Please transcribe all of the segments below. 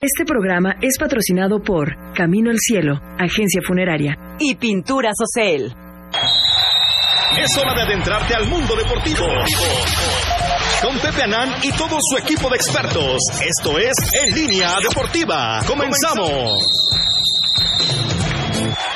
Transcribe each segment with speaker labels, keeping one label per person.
Speaker 1: Este programa es patrocinado por Camino al Cielo, agencia funeraria.
Speaker 2: y Pinturas Ocel.
Speaker 3: Es hora de adentrarte al mundo deportivo. Con Pepe Anán y todo su equipo de expertos. Esto es En Línea Deportiva. Comenzamos.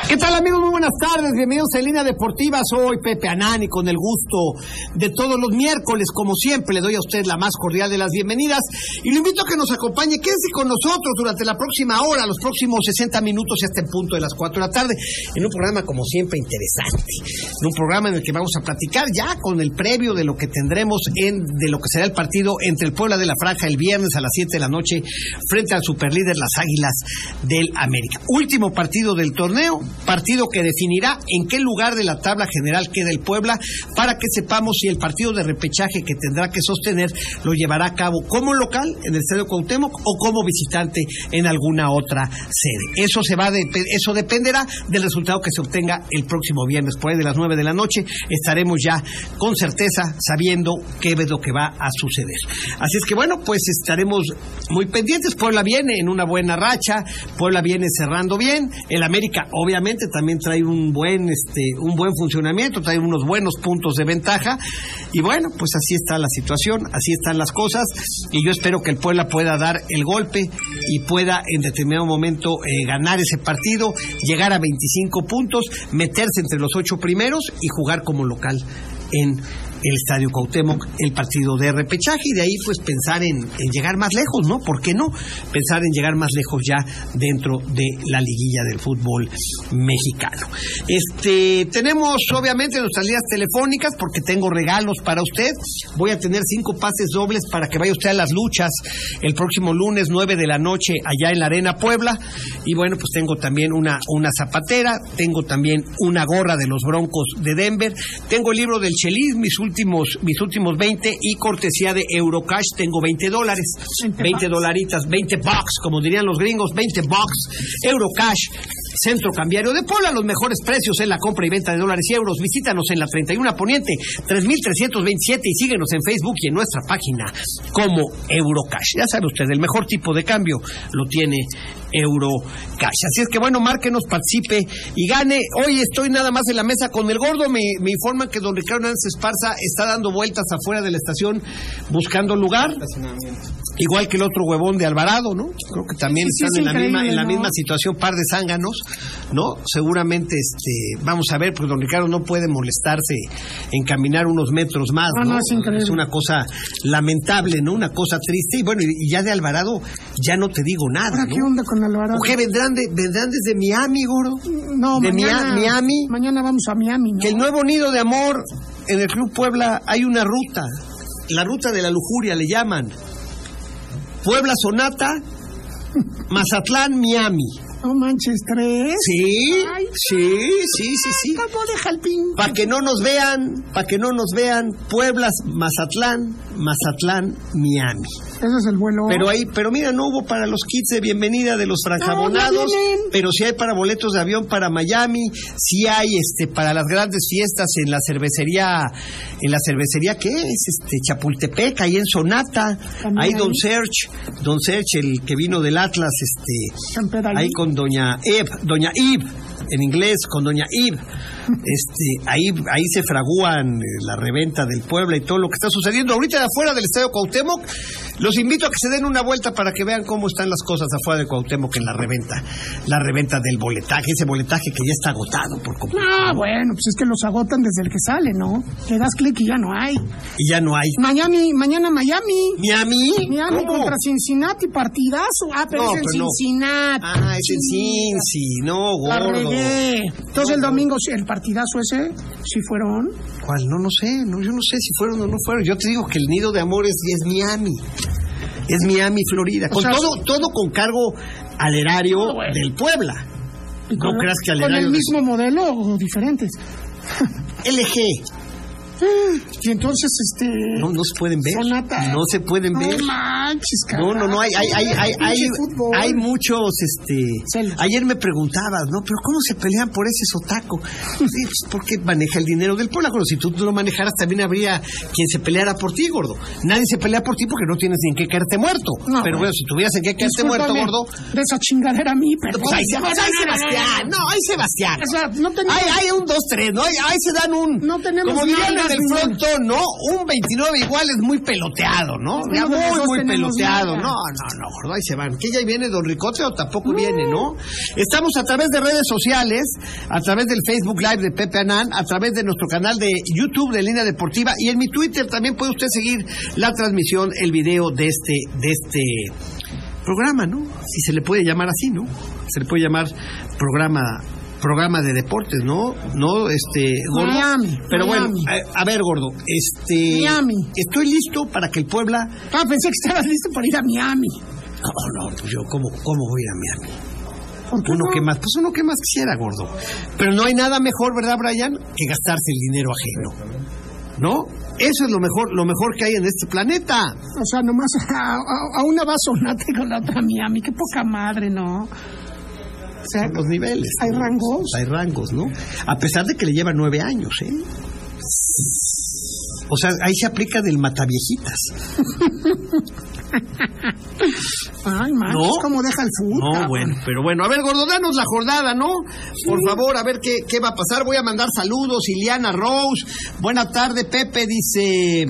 Speaker 4: ¿Qué tal amigos? Muy buenas tardes, bienvenidos a Línea Deportiva, soy Pepe Anani con el gusto de todos los miércoles, como siempre le doy a usted la más cordial de las bienvenidas y lo invito a que nos acompañe, quédese con nosotros durante la próxima hora, los próximos 60 minutos hasta el punto de las 4 de la tarde, en un programa como siempre interesante, en un programa en el que vamos a platicar ya con el previo de lo que tendremos en, de lo que será el partido entre el Puebla de la Franja el viernes a las 7 de la noche frente al superlíder las Águilas del América. Último partido del torneo, partido que definirá en qué lugar de la tabla general queda el Puebla para que sepamos si el partido de repechaje que tendrá que sostener lo llevará a cabo como local en el Estadio Cuauhtémoc o como visitante en alguna otra sede. Eso se va a depe- eso dependerá del resultado que se obtenga el próximo viernes después de las 9 de la noche estaremos ya con certeza sabiendo qué es lo que va a suceder. Así es que bueno, pues estaremos muy pendientes. Puebla viene en una buena racha, Puebla viene cerrando bien, el América obviamente también trae un buen este un buen funcionamiento, trae unos buenos puntos de ventaja y bueno, pues así está la situación, así están las cosas y yo espero que el Puebla pueda dar el golpe y pueda en determinado momento eh, ganar ese partido, llegar a 25 puntos, meterse entre los ocho primeros y jugar como local en el Estadio Cuauhtémoc el partido de repechaje y de ahí pues pensar en, en llegar más lejos, ¿no? ¿Por qué no? Pensar en llegar más lejos ya dentro de la liguilla del fútbol mexicano. Este, tenemos obviamente nuestras líneas telefónicas porque tengo regalos para usted. Voy a tener cinco pases dobles para que vaya usted a las luchas el próximo lunes 9 de la noche allá en la Arena Puebla y bueno, pues tengo también una una zapatera, tengo también una gorra de los Broncos de Denver, tengo el libro del Chelis, mis últimos mis últimos 20 y cortesía de Eurocash tengo 20 dólares, 20 dolaritas, 20 bucks, como dirían los gringos, 20 bucks, Eurocash, Centro Cambiario de Puebla, los mejores precios en la compra y venta de dólares y euros. Visítanos en la 31 Poniente 3327 y síguenos en Facebook y en nuestra página como Eurocash. Ya sabe usted, el mejor tipo de cambio lo tiene Eurocash. Así es que bueno, márquenos, participe y gane. Hoy estoy nada más en la mesa con el gordo. Me, me informan que don Ricardo Hernández Esparza está dando vueltas afuera de la estación buscando lugar. Igual que el otro huevón de Alvarado, ¿no? Creo que también
Speaker 5: Sí,
Speaker 4: están
Speaker 5: sí, es
Speaker 4: en la misma,
Speaker 5: increíble,
Speaker 4: en la
Speaker 5: ¿no?
Speaker 4: misma situación, par de zánganos, ¿no? Seguramente, este, vamos a ver, porque don Ricardo no puede molestarse en caminar unos metros más,
Speaker 5: No,
Speaker 4: ¿no?
Speaker 5: no, es increíble.
Speaker 4: una cosa lamentable, ¿no? Una cosa triste. Y bueno, y ya de Alvarado ya no te digo nada,
Speaker 5: Ahora, ¿qué
Speaker 4: ¿no?
Speaker 5: onda con Alvarado?
Speaker 4: ¿O qué vendrán, de, vendrán desde Miami, gordo?
Speaker 5: No,
Speaker 4: de
Speaker 5: mañana,
Speaker 4: Mia- Miami.
Speaker 5: Mañana vamos a Miami, ¿no?
Speaker 4: Que el nuevo nido de amor en el Club Puebla hay una ruta, la ruta de la lujuria le llaman. Puebla Sonata, Mazatlán, Miami.
Speaker 5: No manches, tres.
Speaker 4: Sí,
Speaker 5: Ay,
Speaker 4: sí, sí, sí, sí.
Speaker 5: ¿Cómo deja el pin?
Speaker 4: Para que no nos vean, para que no nos vean, Puebla, Mazatlán, Mazatlán, Miami.
Speaker 5: Ese es el vuelo.
Speaker 4: Pero ahí, pero mira, no hubo para los kits de bienvenida de los franjabonados,
Speaker 5: No, no vienen.
Speaker 4: pero sí hay para boletos de avión para Miami, sí hay este para las grandes fiestas en la cervecería, en la cervecería que es este Chapultepec, ahí en Sonata,
Speaker 5: También
Speaker 4: ahí Don
Speaker 5: ahí.
Speaker 4: Serge, Don Serge el que vino del Atlas, este
Speaker 5: Camperali.
Speaker 4: ahí con doña Eve, doña Eve, en inglés, con doña Eve. Este, ahí, ahí se fragúan eh, la reventa del Puebla y todo lo que está sucediendo ahorita de afuera del Estadio Cuauhtémoc. Los invito a que se den una vuelta para que vean cómo están las cosas afuera de Cuauhtémoc en la reventa, la reventa del boletaje, ese boletaje que ya está agotado por completo
Speaker 5: Ah, bueno, pues es que los agotan desde el que sale, ¿no? Le das clic y ya no hay.
Speaker 4: y ya no hay.
Speaker 5: Miami, mañana Miami.
Speaker 4: Miami,
Speaker 5: Miami
Speaker 4: ¿cómo?
Speaker 5: contra Cincinnati, partidazo. Ah, pero
Speaker 4: No,
Speaker 5: es en
Speaker 4: pero no.
Speaker 5: Cincinnati.
Speaker 4: Ah, es en Cincy, no,
Speaker 5: La
Speaker 4: gordo.
Speaker 5: regué. Entonces el domingo, el partidazo ese, sí fueron.
Speaker 4: ¿Cuál? No, no sé. No, yo no sé si fueron o no fueron. Yo te digo que el nido de amor es, es Miami. Es Miami, Florida.
Speaker 5: O
Speaker 4: Con
Speaker 5: sea,
Speaker 4: todo, todo con cargo al erario
Speaker 5: Ah, bueno.
Speaker 4: del Puebla.
Speaker 5: Y
Speaker 4: No creas que al
Speaker 5: con
Speaker 4: erario
Speaker 5: el
Speaker 4: de-
Speaker 5: mismo modelo o diferentes.
Speaker 4: LG.
Speaker 5: Ah, Y entonces, este.
Speaker 4: No, no se pueden ver.
Speaker 5: Sonata.
Speaker 4: No se pueden ver.
Speaker 5: No manches,
Speaker 4: No,
Speaker 5: cabrón.
Speaker 4: no, no, hay, hay, hay, hay, hay,
Speaker 5: Pinche fútbol.
Speaker 4: hay muchos, este...
Speaker 5: Celos.
Speaker 4: Ayer me preguntabas, ¿no? Pero ¿cómo se pelean por ese sotaco? Sí, pues, porque maneja el dinero del pueblo. Bueno, si tú no lo manejaras, también habría quien se peleara por ti, gordo. Nadie se pelea por ti porque no tienes ni en qué caerte muerto.
Speaker 5: No,
Speaker 4: Pero
Speaker 5: bueno.
Speaker 4: bueno, si tuvieras en qué caerte muerto,
Speaker 5: Discúlpame
Speaker 4: gordo...
Speaker 5: De esa chingadera a mí,
Speaker 4: no,
Speaker 5: perdón.
Speaker 4: Pues ahí, se- pues, ahí Sebastián, no, ahí Sebastián.
Speaker 5: O sea, no tenía.
Speaker 4: Ahí hay un 2-3, ¿no? Ahí, ahí se dan un...
Speaker 5: No tenemos
Speaker 4: Como dirían en
Speaker 5: nalgas,
Speaker 4: el
Speaker 5: ni-
Speaker 4: frontón, ¿no? Un 29 igual es muy peloteado, ¿no?
Speaker 5: No,
Speaker 4: Ya
Speaker 5: ninguno de los
Speaker 4: muy,
Speaker 5: dos
Speaker 4: muy
Speaker 5: tenemos
Speaker 4: peloteado.
Speaker 5: nalgas.
Speaker 4: No, no, no, gordo, ahí se van. ¿Que ya viene Don Ricote o tampoco viene, no? Estamos a través de redes sociales, a través del Facebook Live de Pepe Anán, a través de nuestro canal de YouTube de Línea Deportiva y en mi Twitter también puede usted seguir la transmisión, el video de este, de este programa, ¿no? Si se le puede llamar así, ¿no? Se le puede llamar programa programa de deportes, ¿no? No, este, gordo.
Speaker 5: Miami,
Speaker 4: Pero bueno,
Speaker 5: Miami.
Speaker 4: a, a ver, gordo, este,
Speaker 5: Miami.
Speaker 4: estoy listo para que el Puebla
Speaker 5: Ah, pensé que estabas listo para ir a Miami.
Speaker 4: no, no, pues yo, ¿cómo, ¿cómo voy a Miami?
Speaker 5: ¿Por qué
Speaker 4: Uno
Speaker 5: no?
Speaker 4: que más, pues uno que más quisiera, gordo. Pero no hay nada mejor, ¿verdad, Brian? Que gastarse el dinero ajeno. ¿No? Eso es lo mejor, lo mejor que hay en este planeta.
Speaker 5: O sea, nomás a, a- a una va Sonata y con la otra a Miami. Qué poca madre, ¿no? O sea,
Speaker 4: Son los niveles.
Speaker 5: hay
Speaker 4: ¿no?
Speaker 5: rangos.
Speaker 4: Hay rangos, ¿no? A pesar de que le lleva nueve años, ¿eh? O sea, ahí se aplica del mataviejitas.
Speaker 5: Ay, man,
Speaker 4: No.
Speaker 5: ¿cómo Ah, deja el fútbol?
Speaker 4: No,
Speaker 5: cabrón?
Speaker 4: bueno, pero bueno. A ver, gordo, danos la jornada, ¿no? Por favor, a ver qué, qué va a pasar. Voy a mandar saludos. Ileana Rose. Buena tarde, Pepe, dice.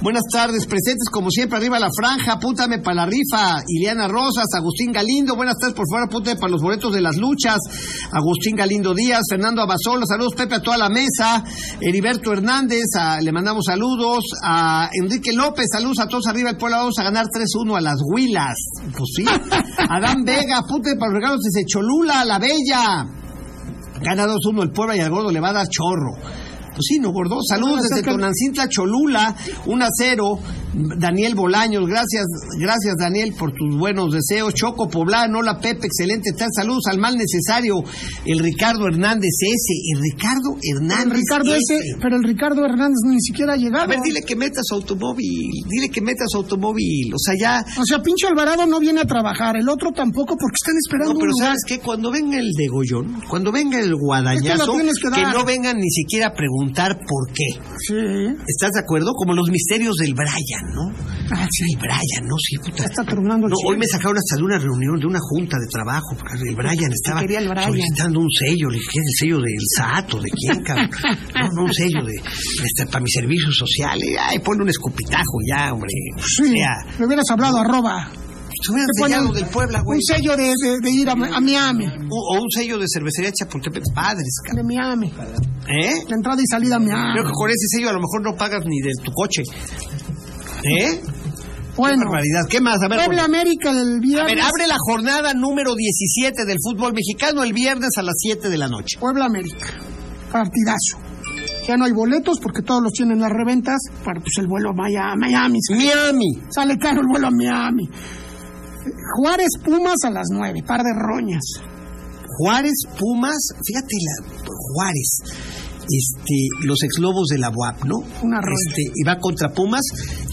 Speaker 4: Buenas tardes, presentes como siempre, arriba la franja, apúntame para la rifa, Ileana Rosas, Agustín Galindo, buenas tardes, por favor, apúntame para los boletos de las luchas, Agustín Galindo Díaz, Fernando Abasola, saludos Pepe a toda la mesa, Heriberto Hernández, a- le mandamos saludos, a Enrique López, saludos a todos arriba el pueblo, vamos a ganar 3-1 a las Huilas, pues sí, Adán Vega, apúntame para los regalos desde Cholula, La Bella, gana 2-1 el Puebla y al gordo le va a dar chorro. Pues sí, no, gordo. Saludos
Speaker 5: Ah,
Speaker 4: desde
Speaker 5: saca-
Speaker 4: Tonancintla, Cholula, 1-0. Daniel Bolaños, gracias, gracias Daniel por tus buenos deseos. Choco Poblano, hola Pepe, excelente. tal. Saludos al mal necesario, el Ricardo Hernández ese. El Ricardo
Speaker 5: El
Speaker 4: Hernández
Speaker 5: Ricardo ese, pero el Ricardo Hernández ni siquiera ha llegado.
Speaker 4: este. A ver, dile que metas automóvil, dile que metas automóvil. O sea, ya...
Speaker 5: O sea, pinche Alvarado no viene a trabajar, el otro tampoco, porque están esperando
Speaker 4: No, pero
Speaker 5: un lugar.
Speaker 4: ¿sabes qué? Cuando venga el degollón, cuando venga el guadañazo,
Speaker 5: tienes que
Speaker 4: que
Speaker 5: dar.
Speaker 4: no vengan ni siquiera a preguntar por qué.
Speaker 5: Sí.
Speaker 4: ¿Estás de acuerdo? Como los misterios del Brian, ¿no?
Speaker 5: Ah,
Speaker 4: El Brian, ¿no? Sí, puta.
Speaker 5: Ya está tronando el
Speaker 4: No,
Speaker 5: chile.
Speaker 4: hoy me sacaron hasta de una reunión, de una junta de trabajo, porque el Brian estaba
Speaker 5: quería el Brian.
Speaker 4: solicitando un sello, le dije, ¿qué es el sello del SAT o de quién, cabrón? No, no, un sello de, este, para mis servicios sociales. Ay, ponle un escupitajo ya, hombre.
Speaker 5: Sí,
Speaker 4: O sea,
Speaker 5: le hubieras hablado a Roba.
Speaker 4: se hubieran sellado del Puebla, güey.
Speaker 5: un sello de, de- de ir a, a Miami.
Speaker 4: O o un sello de cervecería Chapultepec, padres, cabrón.
Speaker 5: De Miami.
Speaker 4: ¿Eh?
Speaker 5: La entrada y salida a Miami.
Speaker 4: Creo que con ese sello a lo mejor no pagas ni de tu coche. ¿Eh?
Speaker 5: Bueno,
Speaker 4: Barbaridad. ¿Qué más? A ver,
Speaker 5: Puebla América el
Speaker 4: A
Speaker 5: viernes.
Speaker 4: ver, abre la jornada número 17 del fútbol mexicano el viernes a las 7 de la noche.
Speaker 5: Puebla América. Partidazo. Ya no hay boletos porque todos los tienen las reventas para pues, el vuelo a Maya- Miami.
Speaker 4: Miami.
Speaker 5: Sale caro el vuelo a Miami. Juárez Pumas a las 9, par de roñas.
Speaker 4: Juárez, Pumas, fíjate, la, Juárez, este, los exlobos de la UAP, ¿no?
Speaker 5: Una roña.
Speaker 4: este, y va contra Pumas,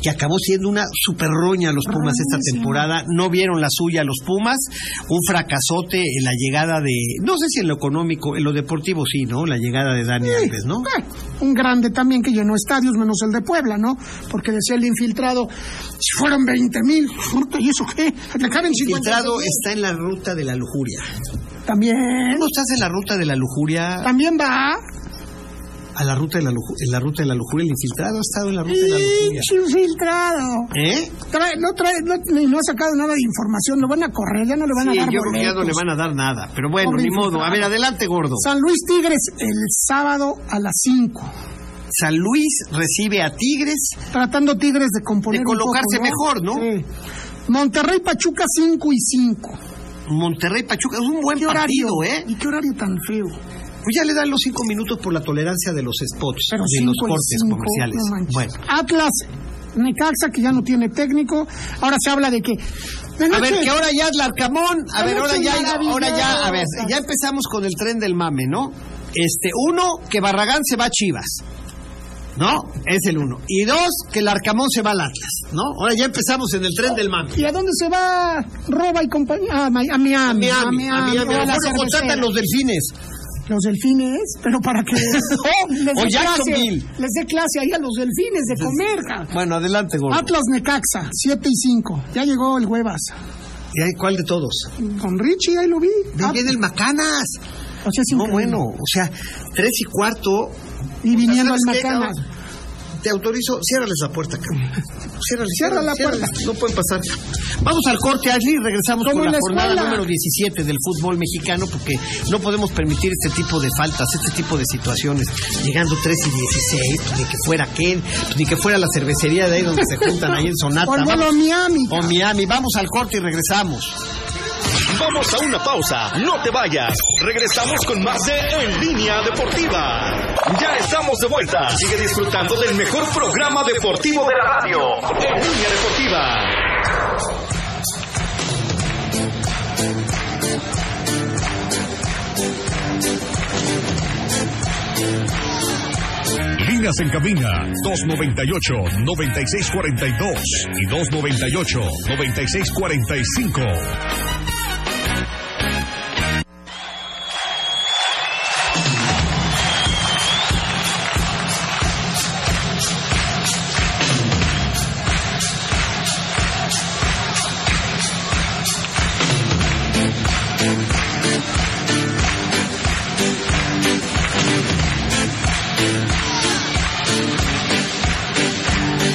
Speaker 4: que acabó siendo una superroña los Pumas esta
Speaker 5: Roñísima.
Speaker 4: temporada. No vieron la suya los Pumas, un fracasote en la llegada de, no sé si en lo económico, en lo deportivo sí, ¿no? La llegada de Dani Alves, ¿no?
Speaker 5: Eh, un grande también que llenó estadios, menos el de Puebla, ¿no? Porque decía el infiltrado, si fueron 20 mil, ¿y eso qué? Le caben 50
Speaker 4: Filtrado está en la ruta de la lujuria.
Speaker 5: También,
Speaker 4: ¿Cómo estás en la ruta de la lujuria?
Speaker 5: también va.
Speaker 4: a la ruta de la lujuria, en la ruta de la lujuria, el infiltrado ha estado en la ruta de la lujuria.
Speaker 5: Pinche infiltrado.
Speaker 4: ¿Eh?
Speaker 5: Trae- no trae, no, ni- no ha sacado nada de información, lo van a correr, ya no le van
Speaker 4: Sí,
Speaker 5: a dar
Speaker 4: yo creo que ya no
Speaker 5: boletos.
Speaker 4: le van a dar nada, pero bueno,
Speaker 5: Pobre
Speaker 4: ni modo.
Speaker 5: infiltrado.
Speaker 4: A ver, adelante, gordo.
Speaker 5: San Luis Tigres el sábado a las 5,
Speaker 4: San Luis recibe a Tigres.
Speaker 5: tratando Tigres de componer
Speaker 4: De
Speaker 5: un
Speaker 4: colocarse
Speaker 5: poco,
Speaker 4: mejor,
Speaker 5: Sí. Monterrey Pachuca 5 y 5.
Speaker 4: Monterrey Pachuca es un buen
Speaker 5: ¿Qué horario?
Speaker 4: partido, ¿eh?
Speaker 5: ¿Y qué horario tan feo?
Speaker 4: Pues ya le dan los cinco minutos por la tolerancia de los spots,
Speaker 5: Pero
Speaker 4: de
Speaker 5: cinco
Speaker 4: los
Speaker 5: y
Speaker 4: cortes
Speaker 5: cinco,
Speaker 4: comerciales.
Speaker 5: no manches.
Speaker 4: bueno,
Speaker 5: Atlas, Necaxa, que ya no tiene técnico. Ahora se habla de que. de
Speaker 4: a ver,
Speaker 5: noche,
Speaker 4: que ahora ya es Larcamón. A ver, ahora ya, ahora ya, a ver, ya empezamos con el tren del mame, ¿no? Este, uno, que Barragán se va a Chivas. ¿no? Es el uno. Y dos, que el Arcamón se va al Atlas, ¿no? Ahora ya empezamos en el tren del mame.
Speaker 5: ¿Y a dónde se va Roba y compañía? Ah, A, Mi- a Miami. A
Speaker 4: Miami, a Miami. pues A
Speaker 5: o
Speaker 4: lo
Speaker 5: a la
Speaker 4: mejor lo contratan
Speaker 5: cervecera.
Speaker 4: los delfines.
Speaker 5: Los delfines, pero para que les
Speaker 4: Oh, O
Speaker 5: dé clase,
Speaker 4: Jacksonville.
Speaker 5: les dé clase ahí a los delfines de comer. ja.
Speaker 4: Bueno, adelante, gordo.
Speaker 5: Atlas Necaxa, 7 y 5. Ya llegó el huevas.
Speaker 4: ¿Y hay cuál de todos?
Speaker 5: Con Richie, ahí lo vi. Ah,
Speaker 4: Bien, Viene el Macanas.
Speaker 5: o sea, es
Speaker 4: No,
Speaker 5: increíble.
Speaker 4: bueno, o sea, tres y cuarto.
Speaker 5: Y viniendo al
Speaker 4: ¿Sabes qué?
Speaker 5: Macanas.
Speaker 4: Te autorizo, ciérrales la puerta, cabrón. Ciérrales,
Speaker 5: Cierra la
Speaker 4: ciérrales,
Speaker 5: puerta.
Speaker 4: No pueden pasar. Vamos al corte, Ashley, y regresamos
Speaker 5: Como
Speaker 4: con
Speaker 5: en
Speaker 4: la,
Speaker 5: la
Speaker 4: jornada
Speaker 5: escuela.
Speaker 4: número 17 del fútbol mexicano, porque no podemos permitir este tipo de faltas, este tipo de situaciones. Llegando 3 y 16, pues, ni que fuera Ken, pues, ni que fuera la cervecería de ahí donde se juntan ahí en Sonata.
Speaker 5: O el vuelo a
Speaker 4: Vamos-
Speaker 5: Miami.
Speaker 4: O Miami, vamos al corte y regresamos.
Speaker 3: Vamos a una pausa, no te vayas. Regresamos con más de En Línea Deportiva. Ya estamos de vuelta. Sigue disfrutando del mejor programa deportivo de la radio. En Línea Deportiva.
Speaker 6: Líneas en cabina 298-9642 y 298-9645.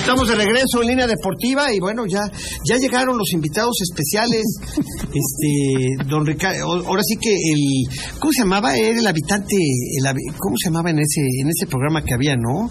Speaker 4: Estamos de regreso en línea deportiva y bueno, ya, ya llegaron los invitados especiales. Este, don Ricardo, ahora sí que el, ¿cómo se llamaba? Era el habitante, el habi- ¿cómo se llamaba en ese, en ese programa que había, no?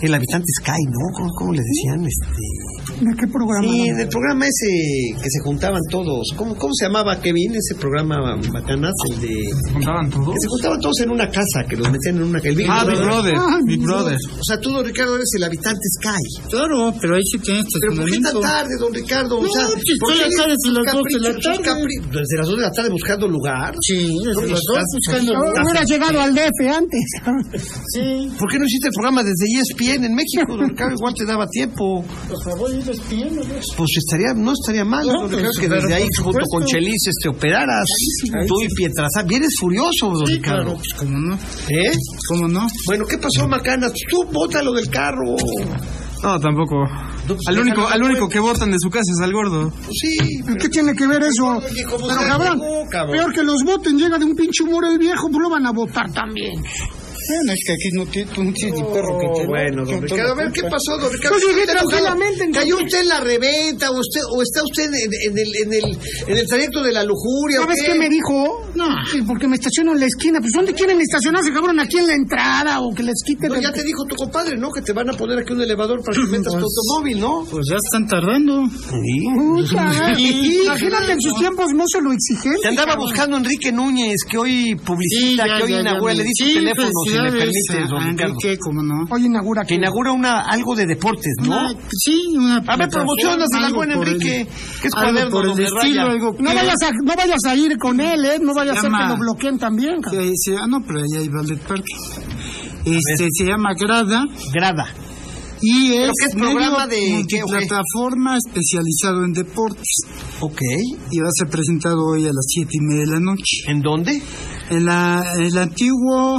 Speaker 4: El habitante Sky, ¿no? ¿Cómo, cómo le decían? Este,
Speaker 5: ¿De qué programa?
Speaker 4: sí,
Speaker 5: no?
Speaker 4: en el programa ese que se juntaban todos. ¿Cómo, cómo se llamaba, Kevin? Ese programa bacanas, el de. ¿Se juntaban todos? Que se juntaban todos en una casa, que los metían en una. El Big
Speaker 7: Ah, Big Brother.
Speaker 5: Ah, Big
Speaker 7: Big Brother.
Speaker 4: O sea, tú, don Ricardo, eres el habitante Sky.
Speaker 7: Claro, pero ahí sí tienes tu
Speaker 4: Pero ¿por qué tan tarde, don Ricardo?
Speaker 7: No, pues,
Speaker 4: ¿por
Speaker 7: estoy
Speaker 4: qué
Speaker 7: acá desde las dos de la
Speaker 4: capricho, tus
Speaker 7: tarde.
Speaker 4: capri- Desde las 2 de la tarde buscando lugar.
Speaker 7: Sí,
Speaker 4: No,
Speaker 7: desde las dos pues,
Speaker 4: estás-
Speaker 7: buscando
Speaker 4: estás-
Speaker 7: lugar.
Speaker 5: Hubiera llegado al DF antes.
Speaker 7: Sí,
Speaker 4: ¿Por qué no hiciste el programa desde E ESPN en México, don Ricardo? Igual te daba tiempo.
Speaker 7: por favor, ir despidiendo. ¿no?
Speaker 4: Pues estaría, no estaría mal,
Speaker 7: No,
Speaker 4: don Ricardo,
Speaker 7: pues,
Speaker 4: que desde
Speaker 7: pero
Speaker 4: ahí
Speaker 7: por
Speaker 4: junto
Speaker 7: supuesto.
Speaker 4: con Chelices te operaras. Tú y Pietrasá. Vienes furioso, don
Speaker 7: Sí, claro,
Speaker 4: Ricardo.
Speaker 7: pues cómo no.
Speaker 4: ¿Eh?
Speaker 7: ¿Cómo no?
Speaker 4: Bueno, ¿qué pasó, Macana? Tú bótalo del carro.
Speaker 7: No, tampoco. Al único, al único que votan de su casa es al gordo.
Speaker 4: Pues sí.
Speaker 5: ¿Y ¿Qué tiene que ver eso?
Speaker 4: Oye, ¿cómo
Speaker 5: Pero
Speaker 4: se
Speaker 5: cabrón,
Speaker 4: llegó, cabrón?
Speaker 5: peor que los voten, llega de un pinche humor el viejo, pues lo van a votar también.
Speaker 7: Bueno, es que aquí no tienes, tú no tienes ni perro que te
Speaker 4: Oh, bueno, don Ricardo, a ver qué pasó, don Ricardo.
Speaker 5: Yo llegué
Speaker 4: ¿Está enojado?
Speaker 5: tranquilamente, entonces.
Speaker 4: ¿Cayó usted en la reventa o, usted, o está usted en, en el, en, el, en el trayecto de la lujuria? o
Speaker 5: ¿Sabes qué me dijo? No, sí, porque me estaciono en la esquina. Pues ¿dónde quieren estacionarse, cabrón? ¿Aquí en la entrada o que les quiten?
Speaker 4: No,
Speaker 5: el-
Speaker 4: ya te dijo tu compadre, ¿no? Que te van a poner aquí un elevador para que metas tu
Speaker 7: Pues-
Speaker 4: automóvil, ¿no?
Speaker 7: Pues ya están tardando.
Speaker 5: Puta,
Speaker 4: Sí.
Speaker 5: Imagínate en sus tiempos no se lo exigente.
Speaker 4: Te andaba
Speaker 5: cabrón.
Speaker 4: buscando Enrique Núñez, que hoy publicita,
Speaker 7: ya,
Speaker 4: que hoy
Speaker 7: ya, ya,
Speaker 4: inaugura,
Speaker 7: ya.
Speaker 4: le dice
Speaker 7: Sí,
Speaker 4: el teléfono, si me
Speaker 7: felicidades
Speaker 4: permite, don
Speaker 7: a
Speaker 4: Ricardo.
Speaker 7: Enrique, cómo no.
Speaker 5: Hoy inaugura
Speaker 4: Que
Speaker 5: aquí.
Speaker 4: inaugura una, algo de deportes, ¿no?
Speaker 7: Una- sí, una
Speaker 4: A ver, promocionásela,
Speaker 7: algo
Speaker 4: buen
Speaker 7: por el-
Speaker 4: Enrique, que es
Speaker 7: algo
Speaker 4: cuaderno
Speaker 7: por el
Speaker 4: donde
Speaker 7: estilo,
Speaker 4: raya.
Speaker 7: algo
Speaker 5: No
Speaker 7: que-
Speaker 5: vayas, a, no vayas a ir con él, ¿eh? No vaya a ser que
Speaker 7: Llama.
Speaker 5: lo bloqueen también,
Speaker 7: Sí,
Speaker 5: cabrón.
Speaker 7: ahí se- ah, no, pero allá hay Ballet Park. Este, se llama Grada
Speaker 4: Grada.
Speaker 7: y
Speaker 4: ¿Pero
Speaker 7: es,
Speaker 4: qué es programa de qué, o qué?
Speaker 7: plataforma especializado en deportes
Speaker 4: Ok.
Speaker 7: y va a ser presentado hoy a las siete y media de la noche
Speaker 4: ¿En dónde?
Speaker 7: en la, el antiguo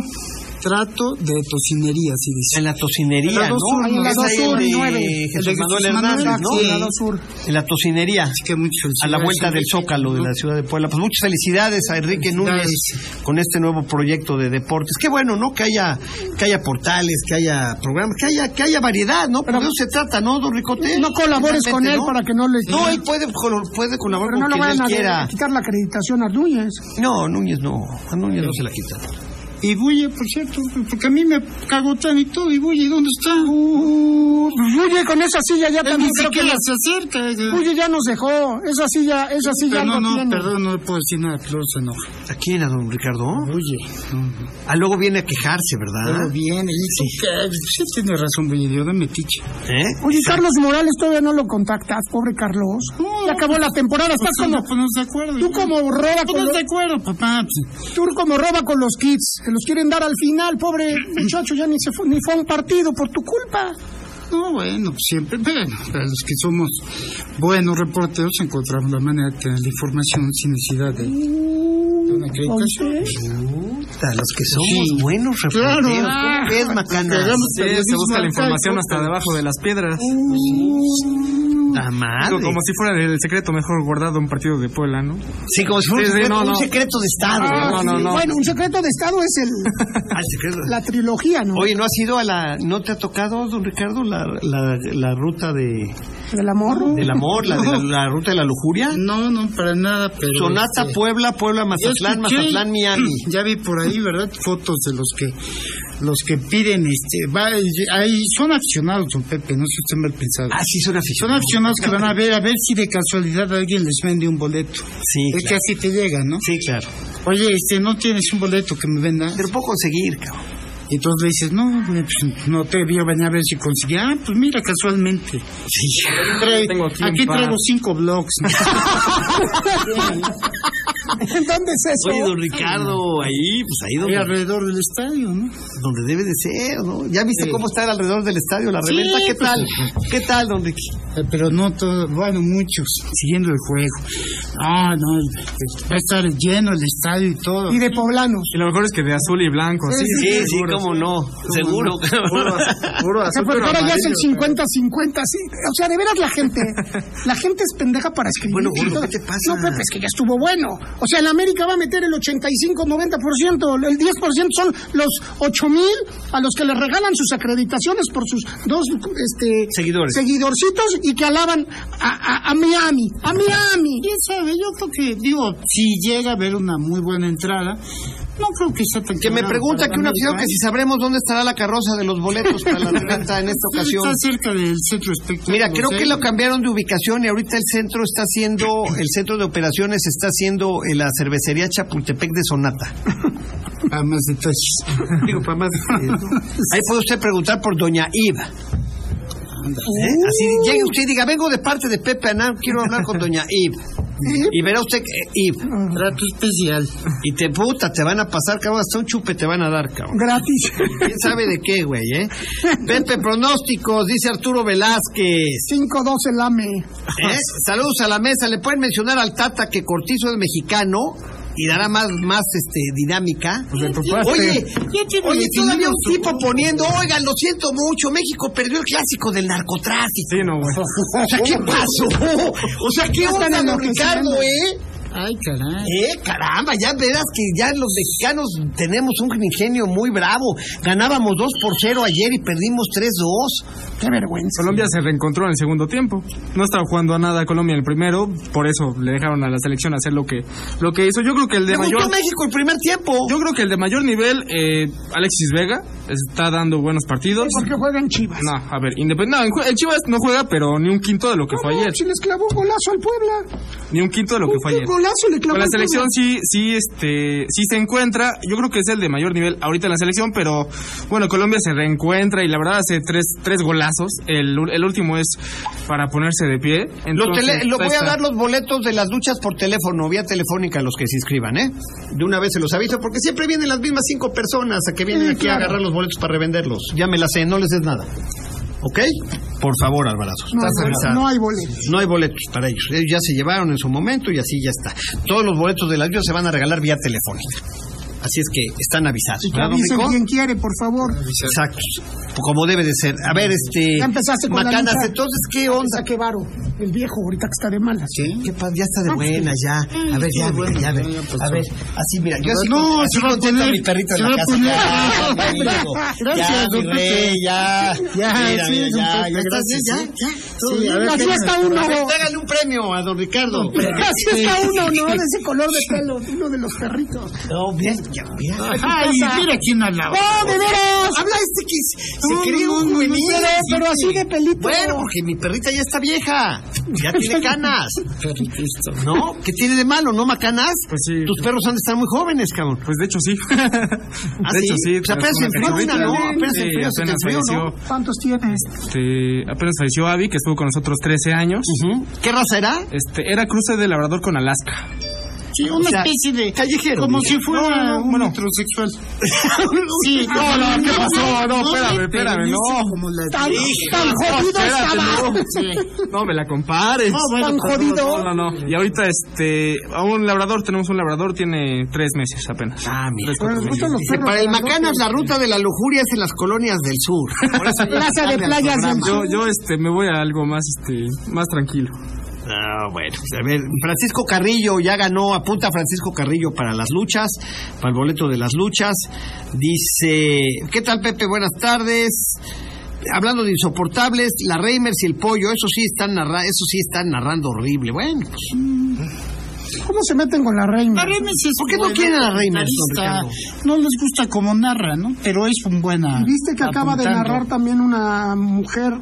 Speaker 7: trato de tocinería, si dice.
Speaker 4: En la tocinería,
Speaker 7: En la
Speaker 4: ¿no?
Speaker 7: dos sur,
Speaker 4: Ahí en la
Speaker 7: ¿no?
Speaker 4: dos
Speaker 7: Esa
Speaker 4: sur,
Speaker 7: es de
Speaker 4: nueve.
Speaker 7: Jesús
Speaker 4: El de
Speaker 7: Manuel Hernández, ¿no?
Speaker 4: sí.
Speaker 7: En la dos sur.
Speaker 4: En la tocinería.
Speaker 7: Es que muchos-
Speaker 4: A la vuelta del Zócalo de la ciudad de Puebla. Pues muchas felicidades a Enrique Núñez
Speaker 7: Felicidades.
Speaker 4: con este nuevo proyecto de deportes. Qué bueno, ¿no? Que haya, que haya portales, que haya programas, que haya, que haya variedad, ¿no? Pero de eso se trata, ¿no, don Ricote?
Speaker 5: No colabores
Speaker 4: Finalmente,
Speaker 5: con él
Speaker 4: ¿no?
Speaker 5: para que no le...
Speaker 4: No, él puede, col- puede colaborar
Speaker 5: Pero no
Speaker 4: con
Speaker 5: lo
Speaker 4: quien
Speaker 5: vayan
Speaker 4: él
Speaker 5: a,
Speaker 4: quiera.
Speaker 5: a quitar la acreditación a Núñez.
Speaker 4: No, Núñez no. A Núñez no se la quita.
Speaker 7: Y Buye, por cierto, porque a mí me cagotan y todo. Y Buye, ¿dónde está?
Speaker 5: Uh, Ruye con esa silla ya
Speaker 7: Él ni
Speaker 5: también creo que
Speaker 7: siquiera
Speaker 5: la...
Speaker 7: se acerca. oiga.
Speaker 5: Ruye ya nos dejó. Esa silla, esa silla
Speaker 7: Pero no,
Speaker 5: algo
Speaker 7: no,
Speaker 5: tiene.
Speaker 7: perdón, no le puedo decir nada, Flor se enoja.
Speaker 4: ¿A quién, a don Ricardo?
Speaker 7: Oye, no, no.
Speaker 4: Ah, luego viene a quejarse,
Speaker 7: Pero
Speaker 4: ¿verdad?
Speaker 7: bien, él dice, sí tiene razón, Bulle, yo de metiche.
Speaker 4: ¿Eh?
Speaker 5: Oye, Carlos Morales todavía no lo contactas, pobre Carlos. Ya acabó la temporada, estás
Speaker 7: Pues,
Speaker 5: como...
Speaker 7: no, pues, no se acuerda.
Speaker 5: Tú como roba con
Speaker 7: no
Speaker 5: los,
Speaker 7: se acuerda, papá. pues.
Speaker 5: tú como roba con los kids. Te los quieren dar al final, pobre muchacho, ya ni, se fue, ni fue a un partido por tu culpa.
Speaker 7: No, bueno, siempre, bueno, para los que somos buenos reporteros encontramos la manera de tener la información sin necesidad de, de una acreditación.
Speaker 5: Entonces,
Speaker 4: Puta, los que somos buenos
Speaker 7: Claro.
Speaker 4: reporteros. ¿Cómo
Speaker 5: Ah,
Speaker 4: ves, Macana?
Speaker 7: Hagamos
Speaker 8: Sí, se
Speaker 7: periodismo
Speaker 8: busca la
Speaker 7: acá,
Speaker 8: información
Speaker 7: corta.
Speaker 8: hasta debajo de las piedras.
Speaker 4: Puta madre.
Speaker 8: Digo, como si fuera el secreto mejor guardado de un partido de Puebla, ¿no?
Speaker 4: Sí, como si fuera
Speaker 8: Sí,
Speaker 4: un
Speaker 8: sí,
Speaker 4: secreto,
Speaker 8: no,
Speaker 4: un
Speaker 8: no.
Speaker 4: secreto de Estado.
Speaker 7: Ah,
Speaker 8: No, no, no.
Speaker 5: Ah, Bueno, un secreto de Estado es el,
Speaker 4: Ah, el secreto.
Speaker 5: la trilogía, ¿no?
Speaker 4: Oye, ¿no has ido a la... ¿No te ha tocado, don Ricardo, la, la, la ruta de,
Speaker 5: Del amor.
Speaker 4: del amor, la, de la, la ruta de la lujuria?
Speaker 7: No, no, para nada, pero...
Speaker 4: Sonata
Speaker 7: este,
Speaker 4: Puebla, Puebla, Mazatlán,
Speaker 7: Yo escuché-
Speaker 4: Mazatlán, Miami.
Speaker 7: Ya vi por ahí, ¿verdad? Fotos de los que los que piden, este, va, ahí son accionados, don Pepe, no sé si usted mal pensado.
Speaker 4: Ah, sí, son
Speaker 7: Son
Speaker 4: aficionados.
Speaker 7: accionados que van a ver, a ver si de casualidad alguien les vende un boleto.
Speaker 4: Sí,
Speaker 7: Es que
Speaker 4: claro.
Speaker 7: así te llega, ¿no?
Speaker 4: Sí, claro.
Speaker 7: Oye, este, no tienes un boleto que me vendas.
Speaker 4: Pero puedo conseguir, cabrón.
Speaker 7: Y entonces le dices, no, güey, pues, no te vio venir a ver si conseguía. Ah, pues mira, casualmente.
Speaker 4: Sí.
Speaker 7: Trae-
Speaker 8: Tengo
Speaker 7: aquí
Speaker 8: aquí un par.
Speaker 7: traigo cinco blogs. ¿no?
Speaker 5: ¿Dónde es eso?
Speaker 4: Oye, don Ricardo, ahí, pues ahí
Speaker 7: Y
Speaker 4: donde,
Speaker 7: alrededor del estadio, ¿no?
Speaker 4: donde debe de ser, ¿no? ¿Ya viste
Speaker 7: Sí.
Speaker 4: cómo está alrededor del estadio la
Speaker 7: Sí,
Speaker 4: reventa? ¿Qué
Speaker 7: pues,
Speaker 4: tal? ¿Qué tal, don Ricky?
Speaker 7: Eh, Pero no todo, bueno, muchos siguiendo el juego. Ah, no, va a estar lleno el estadio y todo.
Speaker 5: Y de poblanos.
Speaker 8: Y lo mejor es que de azul y blanco. Sí, seguro.
Speaker 4: no, seguro. Pues,
Speaker 8: Puro azul, puro azul,
Speaker 5: Porque
Speaker 8: pero
Speaker 5: ahora ya es el
Speaker 8: amarillo.
Speaker 5: 50-50, sí. O sea, de veras la gente, la gente es pendeja para escribir.
Speaker 4: Bueno, gordo,
Speaker 5: Y todo.
Speaker 4: ¿qué te pasa?
Speaker 5: No, Pepe, es que ya estuvo bueno. O sea, el América va a meter el 85-90%, el 10% son los 8 mil a los que les regalan sus acreditaciones por sus dos este,
Speaker 4: Seguidores.
Speaker 5: seguidorcitos y que alaban a, a- a Miami. A Miami.
Speaker 7: ¿Quién sabe? Yo creo que, digo, si llega a haber una muy buena entrada, no creo que sea tan
Speaker 4: Que me
Speaker 7: cobrado
Speaker 4: pregunta
Speaker 7: para
Speaker 4: que un
Speaker 7: la ¿eh?
Speaker 4: aficionado que si
Speaker 7: América,
Speaker 4: sabremos dónde estará la carroza de los boletos para la reventa en esta
Speaker 7: ¿eh?
Speaker 4: ocasión.
Speaker 7: Está cerca del centro espectáculo.
Speaker 4: Mira, creo que
Speaker 7: ¿eh?
Speaker 4: lo cambiaron de ubicación y ahorita el centro está haciendo, el centro de operaciones está haciendo en la cervecería Chapultepec de Sonata.
Speaker 7: Para más detalles. Digo, para más
Speaker 4: Ahí puede usted preguntar por Doña Iva. ¿Eh? Así
Speaker 7: Uh.
Speaker 4: llegue usted y diga, vengo de parte de Pepe Anán, quiero hablar con Doña Iva. Y verá usted que eh, Iva.
Speaker 7: Trato especial.
Speaker 4: Y te puta, te van a pasar, cabrón, hasta un chupe te van a dar, cabrón.
Speaker 5: Uh, Gratis.
Speaker 4: ¿Quién sabe de qué, güey, eh? Pepe Pronósticos, dice Arturo Velázquez.
Speaker 5: 5-2 el AME.
Speaker 4: ¿Eh? Saludos a la mesa. Le pueden mencionar al Tata que Cortizo es mexicano y dará más, más este, dinámica.
Speaker 5: Pues
Speaker 4: Oye, oye, todavía un tipo poniendo, oigan, lo siento mucho, México perdió el clásico del narcotráfico.
Speaker 8: Sí, no, güey.
Speaker 4: O sea, ¿qué pasó? O sea, ¿qué
Speaker 5: están
Speaker 4: onda, don
Speaker 5: enloqueciendo.
Speaker 4: Ricardo, eh?
Speaker 7: Ay, caray.
Speaker 4: Eh, caramba, ya verás que ya los mexicanos tenemos un ingenio muy bravo. Ganábamos 2 por 0 ayer y perdimos 3-2.
Speaker 5: Qué vergüenza.
Speaker 8: Colombia se reencontró en el segundo tiempo. No estaba jugando a nada Colombia en el primero, por eso le dejaron a la selección hacer lo que lo que hizo. Yo creo que el de
Speaker 4: Le
Speaker 8: mayor
Speaker 4: gustó México el primer tiempo.
Speaker 8: yo creo que el de mayor nivel eh, Alexis Vega está dando buenos partidos.
Speaker 5: Porque juegan Chivas.
Speaker 8: No, a ver, independiente, el Chivas no juega, pero ni un quinto de lo que fue
Speaker 5: No,
Speaker 8: ayer,
Speaker 5: Si les clavó golazo al Puebla.
Speaker 8: ni un quinto de lo que fue
Speaker 5: Un
Speaker 8: ayer.
Speaker 5: Golazo le clavó
Speaker 8: Con la
Speaker 5: al Puebla.
Speaker 8: selección sí, sí, este, sí se encuentra. Yo creo que es el de mayor nivel ahorita en la selección, pero bueno, Colombia se reencuentra y la verdad hace tres, tres golazos. El, ul- el último es para ponerse de pie.
Speaker 4: Lo,
Speaker 8: Entonces,
Speaker 4: tele- lo
Speaker 8: ahí
Speaker 4: voy a
Speaker 8: está.
Speaker 4: dar los boletos de las luchas por teléfono, vía telefónica, a los que se inscriban, ¿eh? De una vez se los aviso, porque siempre vienen las mismas cinco personas a que vienen
Speaker 5: Sí,
Speaker 4: aquí a
Speaker 5: claro.
Speaker 4: agarrar los boletos para revenderlos. Ya me las sé, no les des nada. ¿Ok? Por favor, Alvarazo.
Speaker 5: No,
Speaker 4: estás
Speaker 5: hay boleto,
Speaker 4: avisado.
Speaker 5: no hay boleto.
Speaker 4: Pues, No hay boletos para ellos. Ellos ya se llevaron en su momento y así ya está. Todos los boletos de las luchas se van a regalar vía telefónica. Así es que están avisados.
Speaker 5: Y que
Speaker 4: ¿verdad, don
Speaker 5: avisen
Speaker 4: Rico?
Speaker 5: quien quiere, por favor.
Speaker 4: Exacto. Como debe de ser. A ver, este.
Speaker 5: Ya empezaste con la
Speaker 4: Macanas,
Speaker 5: lucha.
Speaker 4: entonces, ¿qué onda?
Speaker 5: Saque varo, el viejo ahorita que está de malas.
Speaker 4: ¿Qué pasa? Ya está de
Speaker 8: pues,
Speaker 4: buena, ya. A ver, ya, mira, ya, a ver. A ver, así, mira, yo así,
Speaker 7: No,
Speaker 4: con-
Speaker 7: se
Speaker 4: así
Speaker 7: va a
Speaker 4: contento
Speaker 7: poner,
Speaker 4: mi perrito
Speaker 7: se
Speaker 4: en la
Speaker 7: va a
Speaker 4: casa.
Speaker 7: poner.
Speaker 4: Ya, mi amigo.
Speaker 7: Gracias,
Speaker 4: Ya, mi
Speaker 7: don
Speaker 4: rey,
Speaker 7: Pepe.
Speaker 4: ya. Mira,
Speaker 7: Ya, sí,
Speaker 4: mira, ya,
Speaker 7: don Pepe,
Speaker 4: ya estás
Speaker 7: gracias,
Speaker 4: bien,
Speaker 7: sí.
Speaker 4: ya, ya.
Speaker 7: Sí,
Speaker 4: Sí,
Speaker 7: a ver,
Speaker 5: Así
Speaker 7: ¿qué-
Speaker 5: está uno.
Speaker 4: a ver, Trégale un premio a don Ricardo.
Speaker 5: Así está uno, ¿no? De ese color de pelo, uno de los perritos.
Speaker 4: No, bien, ya, bien.
Speaker 7: Ay, mira quién al lado.
Speaker 5: ¡Oh, de veras!
Speaker 4: Habla este que se- se
Speaker 5: No,
Speaker 4: cree
Speaker 5: no,
Speaker 4: un
Speaker 5: no, no,
Speaker 4: juvenil.
Speaker 5: pero- pero así de pelito.
Speaker 4: Bueno, porque mi perrita ya está vieja. Ya tiene canas. ¿No? ¿Qué tiene de malo, no, Macanas?
Speaker 8: Pues sí.
Speaker 4: Tus perros han de estar muy jóvenes, cabrón.
Speaker 8: Pues de hecho sí.
Speaker 4: ¿Ah,
Speaker 8: de hecho
Speaker 4: sí?
Speaker 8: sí.
Speaker 4: Pues apenas
Speaker 8: tras
Speaker 4: se
Speaker 8: una
Speaker 4: enfrió una, ¿no?
Speaker 8: cachorrita.
Speaker 4: Apenas se
Speaker 8: Sí,
Speaker 4: enfrió, se te
Speaker 8: apenas
Speaker 4: enfrió,
Speaker 8: falleció.
Speaker 4: ¿no?
Speaker 5: ¿Cuántos tienes?
Speaker 8: Este, apenas falleció Abby, que estuvo con nosotros 13 años.
Speaker 4: ¿Qué raza era?
Speaker 8: Este, era cruce de Labrador con Alaska.
Speaker 5: Sí, una
Speaker 4: O sea,
Speaker 5: especie de.
Speaker 4: callejero,
Speaker 5: Como
Speaker 4: diría.
Speaker 5: si fuera
Speaker 7: No, un
Speaker 5: un.
Speaker 7: metrosexual.
Speaker 5: Sí,
Speaker 8: eh, No, no, ¿qué pasó? No, espérame, espérame,
Speaker 7: Permanece
Speaker 8: no.
Speaker 7: Como la
Speaker 5: Tan, tan jodido estaba.
Speaker 8: No me la compares.
Speaker 5: tan jodido.
Speaker 8: No, no, no. Y ahorita, este, a un labrador, tenemos un labrador, tiene tres meses apenas.
Speaker 4: Ah, mira.
Speaker 8: Tres, cuatro meses.
Speaker 4: Dice, para el Macanas la ruta de la lujuria es en las colonias del sur.
Speaker 5: Plaza de playas del
Speaker 8: Yo,
Speaker 5: sur.
Speaker 8: yo, este, me voy a algo más, este, más tranquilo.
Speaker 4: Ah, bueno. A ver, Francisco Carrillo ya ganó, apunta a Francisco Carrillo para las luchas, para el boleto de las luchas. Dice, ¿qué tal Pepe? Buenas tardes. Hablando de insoportables, la Reimers y el pollo, eso sí están narra eso sí están narrando horrible. Bueno, pues,
Speaker 5: ¿Cómo se meten con la reina?
Speaker 7: La Reimers es
Speaker 4: ¿Por qué no
Speaker 7: buena
Speaker 4: quieren a Reimers,
Speaker 7: comentarista.
Speaker 4: Ricardo?
Speaker 7: No les gusta como narra, ¿no? Pero es un buena.
Speaker 5: Viste que acaba de
Speaker 7: apuntando.
Speaker 5: narrar también una mujer,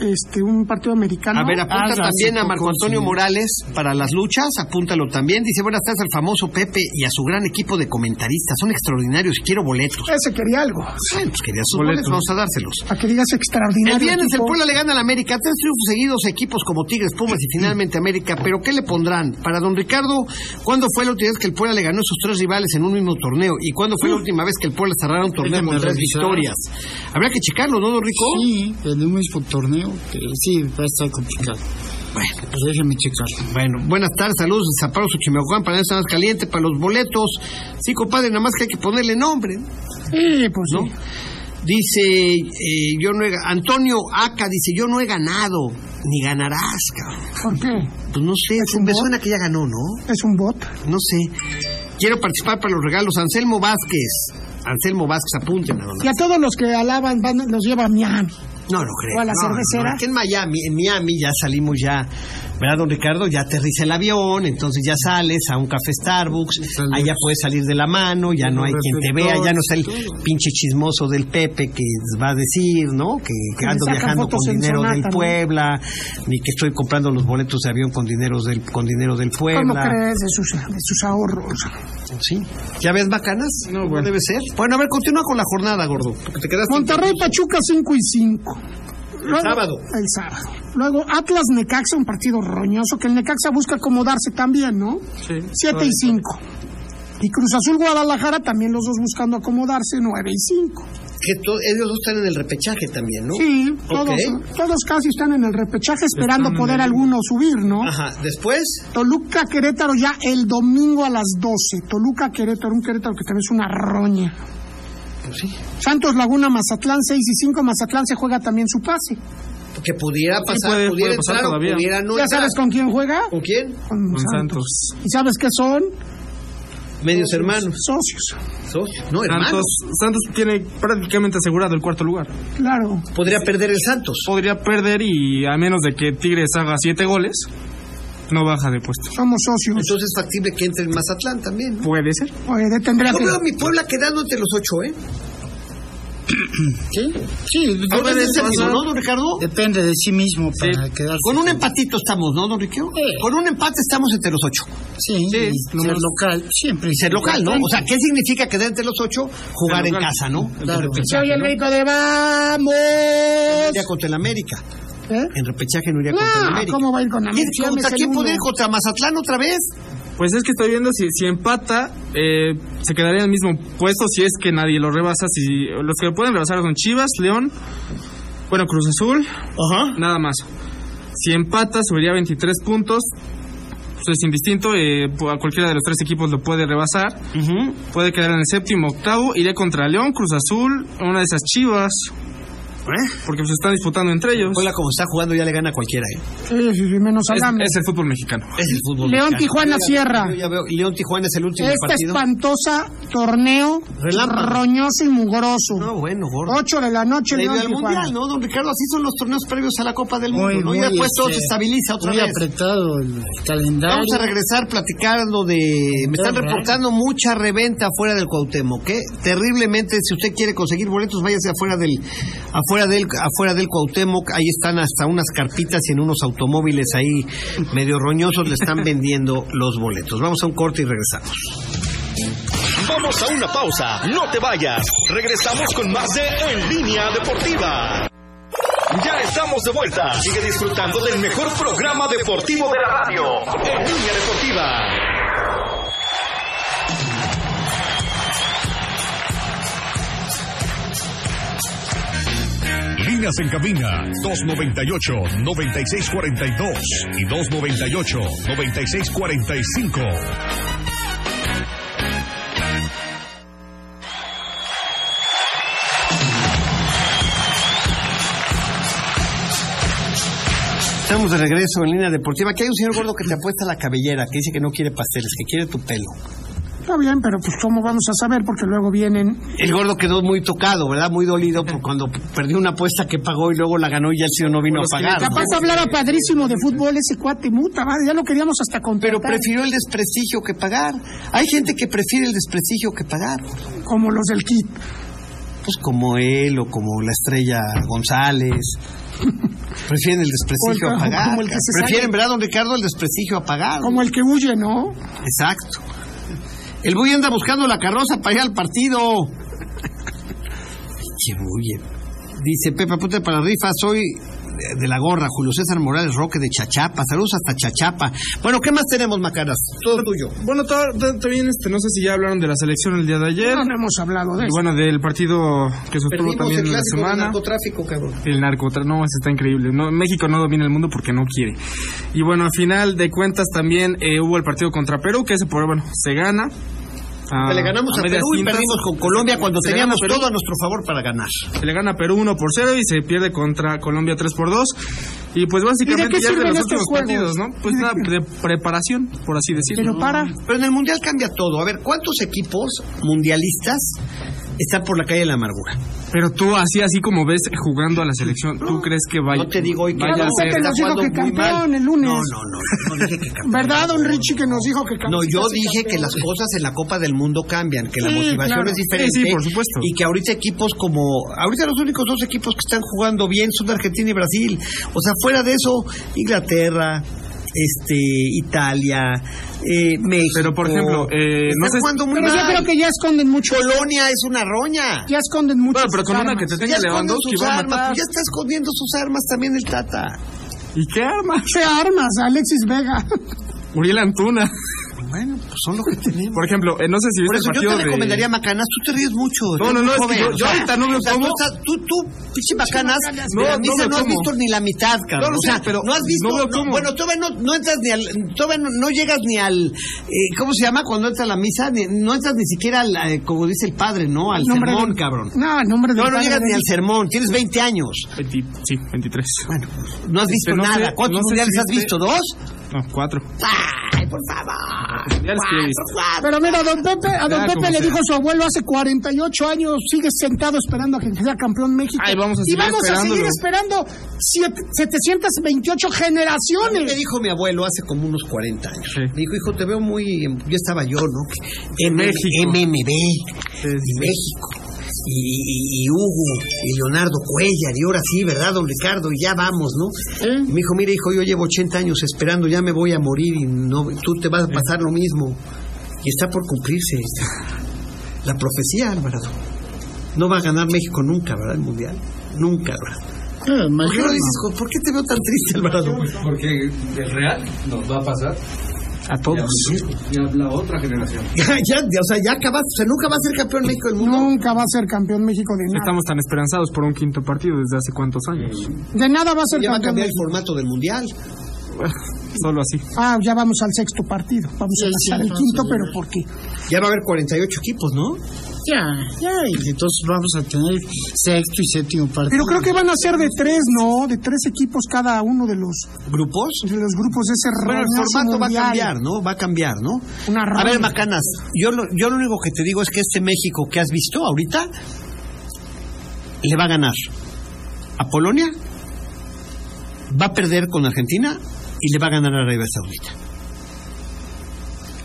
Speaker 5: este, un partido americano.
Speaker 4: a ver,
Speaker 7: ah,
Speaker 4: apunta
Speaker 7: hace
Speaker 4: también a
Speaker 7: poco,
Speaker 4: Marco Antonio
Speaker 7: sí.
Speaker 4: Morales para las luchas, apúntalo también. Dice, buenas tardes al famoso Pepe y a su gran equipo de comentaristas, son extraordinarios, quiero boletos.
Speaker 5: Ese quería algo.
Speaker 4: Bueno, pues quería sus
Speaker 8: Boletos.
Speaker 4: boletos, vamos a dárselos.
Speaker 5: A que digas extraordinario.
Speaker 4: El viernes el
Speaker 5: tipo.
Speaker 4: Puebla le gana al América. Tres triunfos seguidos, equipos como Tigres, Pumas y finalmente América. Pero ¿qué le pondrán? Para don Ricardo, ¿cuándo fue la última vez que el Puebla le ganó a sus tres rivales en un mismo torneo? ¿Y cuándo fue la última vez que el Puebla cerrara un torneo
Speaker 7: Déjame
Speaker 4: con tres
Speaker 7: revisar.
Speaker 4: victorias? Habrá que checarlo, ¿no, don Rico?
Speaker 7: Sí, en un mismo torneo. que sí, va a estar complicado. Bueno, pues déjame checarlo.
Speaker 4: Bueno, buenas tardes, saludos de Zaparo, Xochimilcoán, para estar más caliente, para los boletos. Sí, compadre, nada más que hay que ponerle nombre,
Speaker 5: Sí, pues
Speaker 4: ¿no?
Speaker 5: sí.
Speaker 4: Dice, eh, yo no he, ga- Antonio Aca dice, yo no he ganado, ni ganarás, cabrón.
Speaker 5: ¿Por qué?
Speaker 4: Pues no sé, me suena que ya ganó, ¿no?
Speaker 5: Es un bot.
Speaker 4: No sé. Quiero participar para los regalos. Anselmo Vázquez. Anselmo Vázquez, apunten a
Speaker 5: Y
Speaker 4: dónde.
Speaker 5: a todos los que alaban van, los lleva a Miami.
Speaker 4: No, no creo.
Speaker 5: ¿O a la
Speaker 4: No,
Speaker 5: cervecera?
Speaker 4: no, Aquí en Miami, en Miami ya salimos ya. ¿Verdad, don Ricardo? Ya aterriza el avión, entonces ya sales a un café Starbucks,
Speaker 7: Salimos.
Speaker 4: allá puedes salir de la mano, ya no hay quien te vea, ya no está el
Speaker 7: Todo.
Speaker 4: pinche chismoso del Pepe que va a decir, ¿no? Que, que
Speaker 5: Que
Speaker 4: ando
Speaker 5: sacan
Speaker 4: viajando
Speaker 5: fotos
Speaker 4: con
Speaker 5: en
Speaker 4: dinero del
Speaker 5: Sonata, ¿no?
Speaker 4: Puebla, ni que estoy comprando los boletos de avión con dinero del, con dinero del Puebla.
Speaker 5: ¿Cómo crees de sus, de sus ahorros?
Speaker 4: Sí. ¿Ya ves bacanas? No,
Speaker 8: bueno.
Speaker 4: debe ser. Bueno, a ver, continúa con la jornada, gordo. Porque te quedaste.
Speaker 5: Monterrey pues. Pachuca 5 y 5.
Speaker 4: sábado.
Speaker 5: El sábado. Luego Atlas Necaxa, un partido roñoso que el Necaxa busca acomodarse también, ¿no?
Speaker 8: Sí.
Speaker 5: 7 y 5. Y Cruz Azul Guadalajara también los dos buscando acomodarse 9 y 5.
Speaker 4: Que to- ellos dos están en el repechaje también, ¿no?
Speaker 5: Sí, todos,
Speaker 4: Ok.
Speaker 5: todos casi están en el repechaje esperando
Speaker 8: Están en
Speaker 5: poder
Speaker 8: el-
Speaker 5: alguno subir, ¿no?
Speaker 4: Ajá. Después,
Speaker 5: Toluca Querétaro ya el domingo a las 12. Toluca Querétaro, un Querétaro que también es una roña. Santos Laguna Mazatlán 6 y 5. Mazatlán se juega también su pase.
Speaker 4: que pudiera pasar,
Speaker 8: puede-
Speaker 4: pudiera
Speaker 8: puede pasar
Speaker 4: entrar o
Speaker 8: todavía.
Speaker 4: pudiera no
Speaker 5: ¿Ya
Speaker 4: entrar.
Speaker 5: sabes con quién juega?
Speaker 4: ¿Con quién?
Speaker 5: Con,
Speaker 8: Con
Speaker 5: Santos.
Speaker 8: Santos.
Speaker 5: ¿Y sabes qué son?
Speaker 4: Medios hermanos.
Speaker 5: Socios.
Speaker 4: Socios. No, hermanos.
Speaker 8: Santos, Santos tiene prácticamente asegurado el cuarto lugar.
Speaker 5: Claro.
Speaker 4: Podría perder el Santos.
Speaker 8: Podría perder y a menos de que Tigres haga siete goles, no baja de puesto.
Speaker 5: Somos socios.
Speaker 4: Entonces es factible que entre en Mazatlán también, ¿no?
Speaker 8: Puede ser.
Speaker 5: Oye, tendría
Speaker 4: Yo
Speaker 5: que.
Speaker 4: veo a mi Puebla quedando entre los ocho, ¿eh?
Speaker 7: Sí, sí.
Speaker 4: Ahora
Speaker 7: depende
Speaker 4: en el
Speaker 7: de-
Speaker 4: séptimo, ¿no, don Ricardo?
Speaker 7: Depende de sí mismo para quedarse.
Speaker 4: Con un empatito estamos, ¿no, don Riqueo?
Speaker 7: Sí.
Speaker 4: Con un empate estamos entre los ocho.
Speaker 7: Sí,
Speaker 8: Sí,
Speaker 7: y
Speaker 8: no
Speaker 7: ser
Speaker 8: más.
Speaker 7: local, siempre.
Speaker 4: ser local, ¿no? O sea, ¿qué significa quedar entre los ocho? Jugar en
Speaker 8: Ser local.
Speaker 4: casa, ¿no?
Speaker 7: Claro.
Speaker 5: Se oye el grito de vamos.
Speaker 4: Iría contra el América.
Speaker 5: ¿Eh?
Speaker 4: En repechaje no iría contra el
Speaker 5: No,
Speaker 4: América.
Speaker 5: ¿cómo va a ir con
Speaker 4: ¿Quién,
Speaker 5: América? Ya me
Speaker 4: contra
Speaker 5: sé
Speaker 4: quién
Speaker 5: el
Speaker 4: podría ir?
Speaker 5: mundo.
Speaker 4: contra Mazatlán otra vez?
Speaker 8: Pues es que estoy viendo si, si empata, eh, se quedaría en el mismo puesto si es que nadie lo rebasa. Si los que pueden rebasar son Chivas, León, bueno, Cruz Azul,
Speaker 4: Ajá.
Speaker 8: nada más. Si empata, subiría a 23 puntos. Pues es indistinto, eh, pu- a cualquiera de los tres equipos lo puede rebasar. Puede quedar en el séptimo, octavo. Iría contra León, Cruz Azul, una de esas Chivas,
Speaker 7: ¿Eh?
Speaker 8: porque se están disputando entre ellos.
Speaker 4: Puebla como está jugando ya le gana a cualquiera. ¿eh?
Speaker 5: Sí, sí, sí, menos
Speaker 8: Es,
Speaker 5: Adame.
Speaker 8: es el fútbol mexicano.
Speaker 4: Es el fútbol.
Speaker 5: León
Speaker 4: mexicano.
Speaker 5: Tijuana Este Sierra.
Speaker 4: Yo ya veo, León Tijuana es el último
Speaker 5: Esta
Speaker 4: partido.
Speaker 5: espantosa torneo
Speaker 4: Relámpago.
Speaker 5: roñoso y mugroso.
Speaker 4: No, bueno, gordo.
Speaker 5: 8 de la noche
Speaker 4: Previo
Speaker 5: León
Speaker 4: al
Speaker 5: Tijuana.
Speaker 4: Mundial, ¿no, don Ricardo? Así son los torneos previos a la Copa del Mundo,
Speaker 7: Muy,
Speaker 4: ¿no?
Speaker 7: muy,
Speaker 4: Y después todo
Speaker 7: este,
Speaker 4: se estabiliza otra
Speaker 7: muy
Speaker 4: vez.
Speaker 7: apretado el calendario.
Speaker 4: Vamos a regresar platicando de... Me están reportando mucha reventa afuera del Cuauhtémoc, ¿qué? Terriblemente, si usted quiere conseguir boletos, váyase afuera del, afuera del, afuera del Cuauhtémoc. Ahí están hasta unas carpitas y en unos automóviles ahí medio roñosos le están vendiendo los boletos. Vamos a un corte y regresamos.
Speaker 3: Vamos a una pausa, no te vayas. Regresamos con más de En Línea Deportiva. Ya estamos de vuelta. Sigue disfrutando del mejor programa deportivo de la radio. En Línea Deportiva.
Speaker 6: Líneas en cabina 298-9642 y 298-9645.
Speaker 4: Estamos de regreso en línea deportiva. Aquí hay un señor gordo que te apuesta la cabellera, que dice que no quiere pasteles, que quiere tu pelo.
Speaker 5: Está bien, pero pues ¿cómo vamos a saber? Porque luego vienen...
Speaker 4: El gordo quedó muy tocado, ¿verdad? Muy dolido por cuando perdió una apuesta que pagó y luego la ganó y ya el señor no vino a pagar. ¿no?
Speaker 5: Capaz hablaba padrísimo de fútbol ese cuate, muta, madre, ya lo queríamos hasta
Speaker 4: Pero
Speaker 5: contratar.
Speaker 4: prefirió el desprestigio que pagar. Hay gente que prefiere el desprestigio que pagar. Pues
Speaker 5: Como los del kit.
Speaker 4: como él o como la estrella González. Prefieren el desprestigio
Speaker 5: O el-
Speaker 4: a pagar.
Speaker 5: como el que se
Speaker 4: Prefieren,
Speaker 5: sale.
Speaker 4: ¿verdad, don Ricardo? El desprestigio a pagar.
Speaker 5: Como el que huye, ¿no?
Speaker 4: Exacto. El Buy anda buscando la carroza para ir al partido. Qué bulle. Dice Pepe Puta para rifa, soy de- de la gorra, Julio César Morales Roque de Chachapa. Saludos hasta Chachapa. Bueno, ¿qué más tenemos, Macaras? Todo tuyo.
Speaker 8: Bueno, to- to- también este, no sé si ya hablaron de la selección el día de ayer.
Speaker 5: No, no hemos hablado de
Speaker 8: Y
Speaker 5: eso.
Speaker 8: bueno, del partido que sostuvo también en la semana.
Speaker 4: narcotráfico, cabrón.
Speaker 8: El narcotráfico, no, eso está increíble. No, México no domina el mundo porque no quiere. Y bueno, al final de cuentas también eh, hubo el partido contra Perú, que ese, por- bueno, se gana. Ah,
Speaker 4: Le ganamos a,
Speaker 8: medias
Speaker 4: Perú y
Speaker 8: tintas.
Speaker 4: perdimos con Colombia cuando
Speaker 8: Se
Speaker 4: teníamos
Speaker 8: gana Perú.
Speaker 4: todo a nuestro favor para ganar.
Speaker 8: Se le gana a Perú 1 por 0 y se pierde contra Colombia 3 por 2. Y pues
Speaker 5: ¿Y de
Speaker 8: básicamente
Speaker 5: qué
Speaker 8: ya es de
Speaker 5: sirven
Speaker 8: los
Speaker 5: estos
Speaker 8: últimos
Speaker 5: juegos?
Speaker 8: partidos, ¿no? Pues nada, de preparación, por así decirlo.
Speaker 5: Pero para...
Speaker 4: Pero en el Mundial cambia todo. A ver, ¿cuántos equipos mundialistas están por la calle de la amargura?
Speaker 8: Pero tú así, así como ves jugando a la selección, ¿tú crees que vaya?
Speaker 4: No te digo hoy que
Speaker 8: vaya
Speaker 5: Claro, sé
Speaker 8: a ser
Speaker 5: que nos dijo
Speaker 4: jugando
Speaker 5: que
Speaker 4: muy
Speaker 5: campeón
Speaker 4: mal.
Speaker 5: el lunes.
Speaker 4: No, no, no, no dije que campeón.
Speaker 5: ¿Verdad, don Richie, que nos dijo que
Speaker 4: No,
Speaker 5: campeón?
Speaker 4: yo dije que las cosas en la Copa del Mundo cambian, que la
Speaker 5: Sí,
Speaker 4: motivación
Speaker 5: claro.
Speaker 4: es diferente.
Speaker 8: Sí, sí, por supuesto.
Speaker 4: Y que ahorita equipos como. Ahorita los únicos dos equipos que están jugando bien son Argentina y Brasil. O sea, fuera de eso, Inglaterra, este, Italia, eh, México.
Speaker 8: Pero, por ejemplo, eh,
Speaker 4: están
Speaker 8: no sé-
Speaker 4: jugando muy
Speaker 5: Pero Pues yo
Speaker 4: mal.
Speaker 5: creo que ya esconden mucho.
Speaker 4: Polonia es una roña.
Speaker 5: Ya esconden mucho.
Speaker 8: Bueno, pero
Speaker 5: sus
Speaker 8: con una
Speaker 5: armas.
Speaker 8: que te
Speaker 4: Ya
Speaker 8: tenga
Speaker 4: esconden
Speaker 8: Lewandowski
Speaker 4: sus
Speaker 8: va a
Speaker 4: armas,
Speaker 8: matar.
Speaker 4: pues ya está escondiendo sus armas también el Tata.
Speaker 8: ¿Y qué arma?
Speaker 5: Se armas, Alexis Vega.
Speaker 8: Uriel Antuna.
Speaker 4: Bueno, pues son lo que tenemos.
Speaker 8: Por ejemplo, eh, no sé si
Speaker 4: Por
Speaker 8: viste
Speaker 4: eso yo
Speaker 8: el partido
Speaker 4: te
Speaker 8: de...
Speaker 4: recomendaría Macanas, tú te ríes mucho.
Speaker 8: No,
Speaker 4: eres
Speaker 8: no,
Speaker 4: muy
Speaker 8: no, es que
Speaker 4: joven,
Speaker 8: yo-
Speaker 4: o
Speaker 8: yo
Speaker 4: sea,
Speaker 8: ahorita no veo
Speaker 4: o sea,
Speaker 8: cómo.
Speaker 4: tú estás- Tú, tú, pinche Macanas, no,
Speaker 8: No,
Speaker 4: no,
Speaker 8: no veo
Speaker 4: has
Speaker 8: cómo.
Speaker 4: visto ni la mitad, cabrón.
Speaker 8: No lo
Speaker 4: o sea,
Speaker 8: sé, pero
Speaker 4: no has visto,
Speaker 8: no veo
Speaker 4: no,
Speaker 8: cómo.
Speaker 4: bueno, todavía no, no entras ni al, todavía no, no llegas ni al, eh, ¿cómo se llama cuando entras a la misa? Ni- no entras ni siquiera al, eh, como dice el padre, ¿no? Al
Speaker 5: Nombre
Speaker 4: sermón,
Speaker 5: del-
Speaker 4: cabrón.
Speaker 5: No, el nombre de
Speaker 4: No, no llegas ni al sermón, tienes 20 años.
Speaker 8: 20 sí, 23.
Speaker 4: Bueno, no has visto
Speaker 8: Este, no sé-
Speaker 4: nada. ¿Cuántos
Speaker 8: no sé
Speaker 4: mundiales
Speaker 8: si este-
Speaker 4: has visto?
Speaker 8: viste-
Speaker 4: ¿Dos?
Speaker 8: No, 4.
Speaker 4: ¡Ay, por favor!
Speaker 8: Mundiales que he visto.
Speaker 4: Cuatro,
Speaker 5: Pero mira, don Pepe, a don
Speaker 8: Ya,
Speaker 5: Pepe
Speaker 8: como
Speaker 5: le
Speaker 8: sea.
Speaker 5: dijo su abuelo hace 48 años, sigue sentado esperando a que sea campeón México.
Speaker 8: Ay, vamos a
Speaker 5: y
Speaker 8: seguir
Speaker 5: vamos a seguir
Speaker 8: esperándolo.
Speaker 5: esperando siete- 728
Speaker 4: A mí me
Speaker 5: generaciones.
Speaker 4: dijo mi abuelo hace como unos 40 años.
Speaker 8: Sí.
Speaker 4: Me dijo, hijo, te veo muy. em- Yo estaba yo, ¿no? En
Speaker 8: México.
Speaker 4: MMB.
Speaker 8: sí.
Speaker 4: Y México. Y, y- y Hugo. Y Leonardo Cuellar. Y ahora sí, ¿verdad, don Ricardo? Y ya vamos, ¿no?
Speaker 5: ¿Eh?
Speaker 4: Me dijo, mira, hijo, yo llevo 80 años esperando. Ya me voy a morir. Y no, tú te vas a pasar lo mismo. Y está por cumplirse la profecía, Alvarado. No va a ganar México nunca, ¿verdad? El mundial. Nunca, ¿verdad?
Speaker 8: Ah,
Speaker 4: ¿Por qué no dices, jo- ¿por qué te veo tan triste, Alvarado?
Speaker 9: Porque el real nos va a pasar
Speaker 8: A todos.
Speaker 9: y a la otra generación.
Speaker 4: Ya, ya, ya, o sea, ya acabaste, o sea, nunca va a ser campeón México del mundo.
Speaker 5: Nunca va a ser campeón México de nada.
Speaker 8: Estamos tan esperanzados por un quinto partido desde hace cuántos años.
Speaker 5: De nada va a ser
Speaker 4: Ya va a cambiar
Speaker 5: campeón.
Speaker 4: el
Speaker 5: México.
Speaker 4: formato del mundial.
Speaker 8: Solo así.
Speaker 5: Ah, ya vamos al sexto partido. Vamos a lanzar el quinto, pero ¿por qué?
Speaker 4: Ya va a haber 48 equipos, ¿no?
Speaker 7: Ya, ya, y entonces vamos a tener sexto y séptimo partido.
Speaker 5: Pero creo que van a ser de tres, ¿no? De tres equipos cada uno de los,
Speaker 4: Grupos.
Speaker 5: de los grupos de ese
Speaker 4: Bueno, el
Speaker 5: roñazo
Speaker 4: formato va a
Speaker 5: mundial.
Speaker 4: cambiar, ¿no? Va a cambiar, ¿no?
Speaker 5: Una
Speaker 4: A
Speaker 5: rama.
Speaker 4: ver, Macanas, yo lo, yo lo único que te digo es que este México que has visto ahorita le va a ganar a Polonia, va a perder con Argentina y le va a ganar a Arabia Saudita.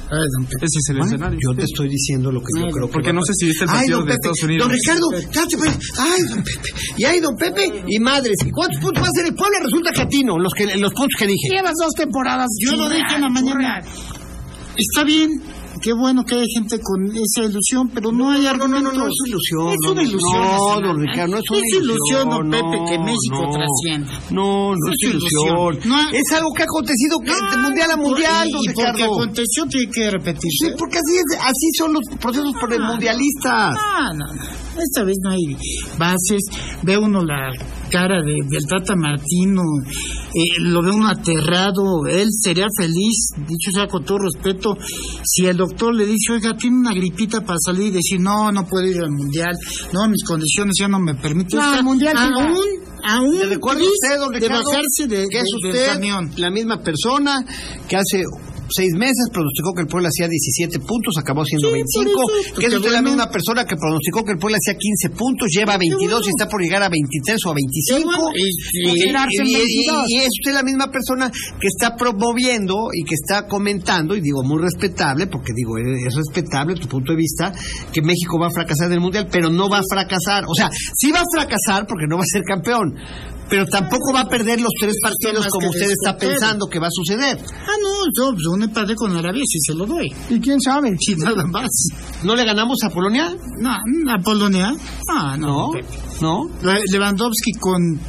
Speaker 7: Ay, don Pepe.
Speaker 8: Ese es el
Speaker 4: Bueno,
Speaker 8: escenario.
Speaker 4: yo te estoy diciendo lo que yo creo que
Speaker 8: porque
Speaker 4: va
Speaker 8: no
Speaker 4: a
Speaker 8: sé si viste el
Speaker 4: Ay,
Speaker 8: partido
Speaker 4: don
Speaker 8: de
Speaker 4: Pepe,
Speaker 8: Estados Unidos.
Speaker 4: Don Ricardo, cállate, pues. Ay, don Pepe. Y ay, don Pepe y madres. ¿Y cuántos puntos va a ser el Puebla? Resulta que a ti no, los, que, los puntos que dije.
Speaker 5: Llevas dos temporadas.
Speaker 7: Yo lo dije en la mañana. Está bien, qué bueno que hay gente con esa ilusión, pero no, hay argumentos.
Speaker 4: no, no, es ilusión,
Speaker 7: Es
Speaker 4: no,
Speaker 7: una
Speaker 4: no,
Speaker 7: ilusión.
Speaker 4: no,
Speaker 7: nacional.
Speaker 4: don Ricardo, no es una ilusión,
Speaker 7: ilusión, don
Speaker 4: no,
Speaker 7: Pepe, que México
Speaker 4: no.
Speaker 7: trasciende.
Speaker 4: No, no es
Speaker 7: Es ilusión.
Speaker 4: ilusión.
Speaker 7: No hay-
Speaker 4: Es algo que ha acontecido que- de mundial a mundial,
Speaker 7: y,
Speaker 4: don
Speaker 7: y porque
Speaker 4: Ricardo.
Speaker 7: aconteció tiene que
Speaker 4: Sí,
Speaker 7: repetirse. Ah.
Speaker 4: porque así, es, así son los procesos por el mundialista.
Speaker 7: No, no, no. Esta vez no hay bases. Ve uno la cara de, del Tata Martino, eh, lo ve uno aterrado. Él sería feliz, dicho sea con todo respeto, si el doctor le dice, oiga, tiene una gripita para salir y decir, no, no puedo ir al mundial, no, mis condiciones ya no me permiten.
Speaker 5: No,
Speaker 7: Está
Speaker 5: al mundial sí va.
Speaker 7: aún, aún,
Speaker 4: Le recuerdo
Speaker 7: feliz
Speaker 4: a usted, don
Speaker 7: de
Speaker 4: Ricardo,
Speaker 7: bajarse de,
Speaker 4: que es
Speaker 7: de- del
Speaker 4: usted
Speaker 7: camión.
Speaker 4: la misma persona que hace seis meses pronosticó que el Puebla hacía 17 puntos, acabó haciendo 25,
Speaker 7: por eso,
Speaker 4: que es
Speaker 7: qué
Speaker 4: usted la
Speaker 7: bueno.
Speaker 4: misma persona que pronosticó que el Puebla hacía 15 puntos, lleva 22 y
Speaker 7: bueno.
Speaker 4: está por llegar a 23 o a 25.
Speaker 7: bueno.
Speaker 4: Y,
Speaker 7: Y-
Speaker 4: y-
Speaker 7: quedarse en
Speaker 4: y- y-
Speaker 7: 22.
Speaker 4: y es usted la misma persona que está promoviendo y que está comentando, y digo muy respetable, porque digo, es es respetable tu punto de vista, que México va a fracasar en el Mundial, pero no va a fracasar. O sea, sí va a fracasar porque no va a ser campeón, pero tampoco va a perder los tres partidos
Speaker 7: más
Speaker 4: como
Speaker 7: que
Speaker 4: usted está
Speaker 7: discutir.
Speaker 4: pensando que va a suceder.
Speaker 7: Ah, no, yo, yo me paré con Arabia si se lo doy.
Speaker 5: ¿Y quién sabe?
Speaker 7: Sí, nada más.
Speaker 4: ¿No le ganamos a Polonia?
Speaker 7: No, ¿A Polonia? Ah, no.
Speaker 4: No, no.
Speaker 7: Le- Lewandowski con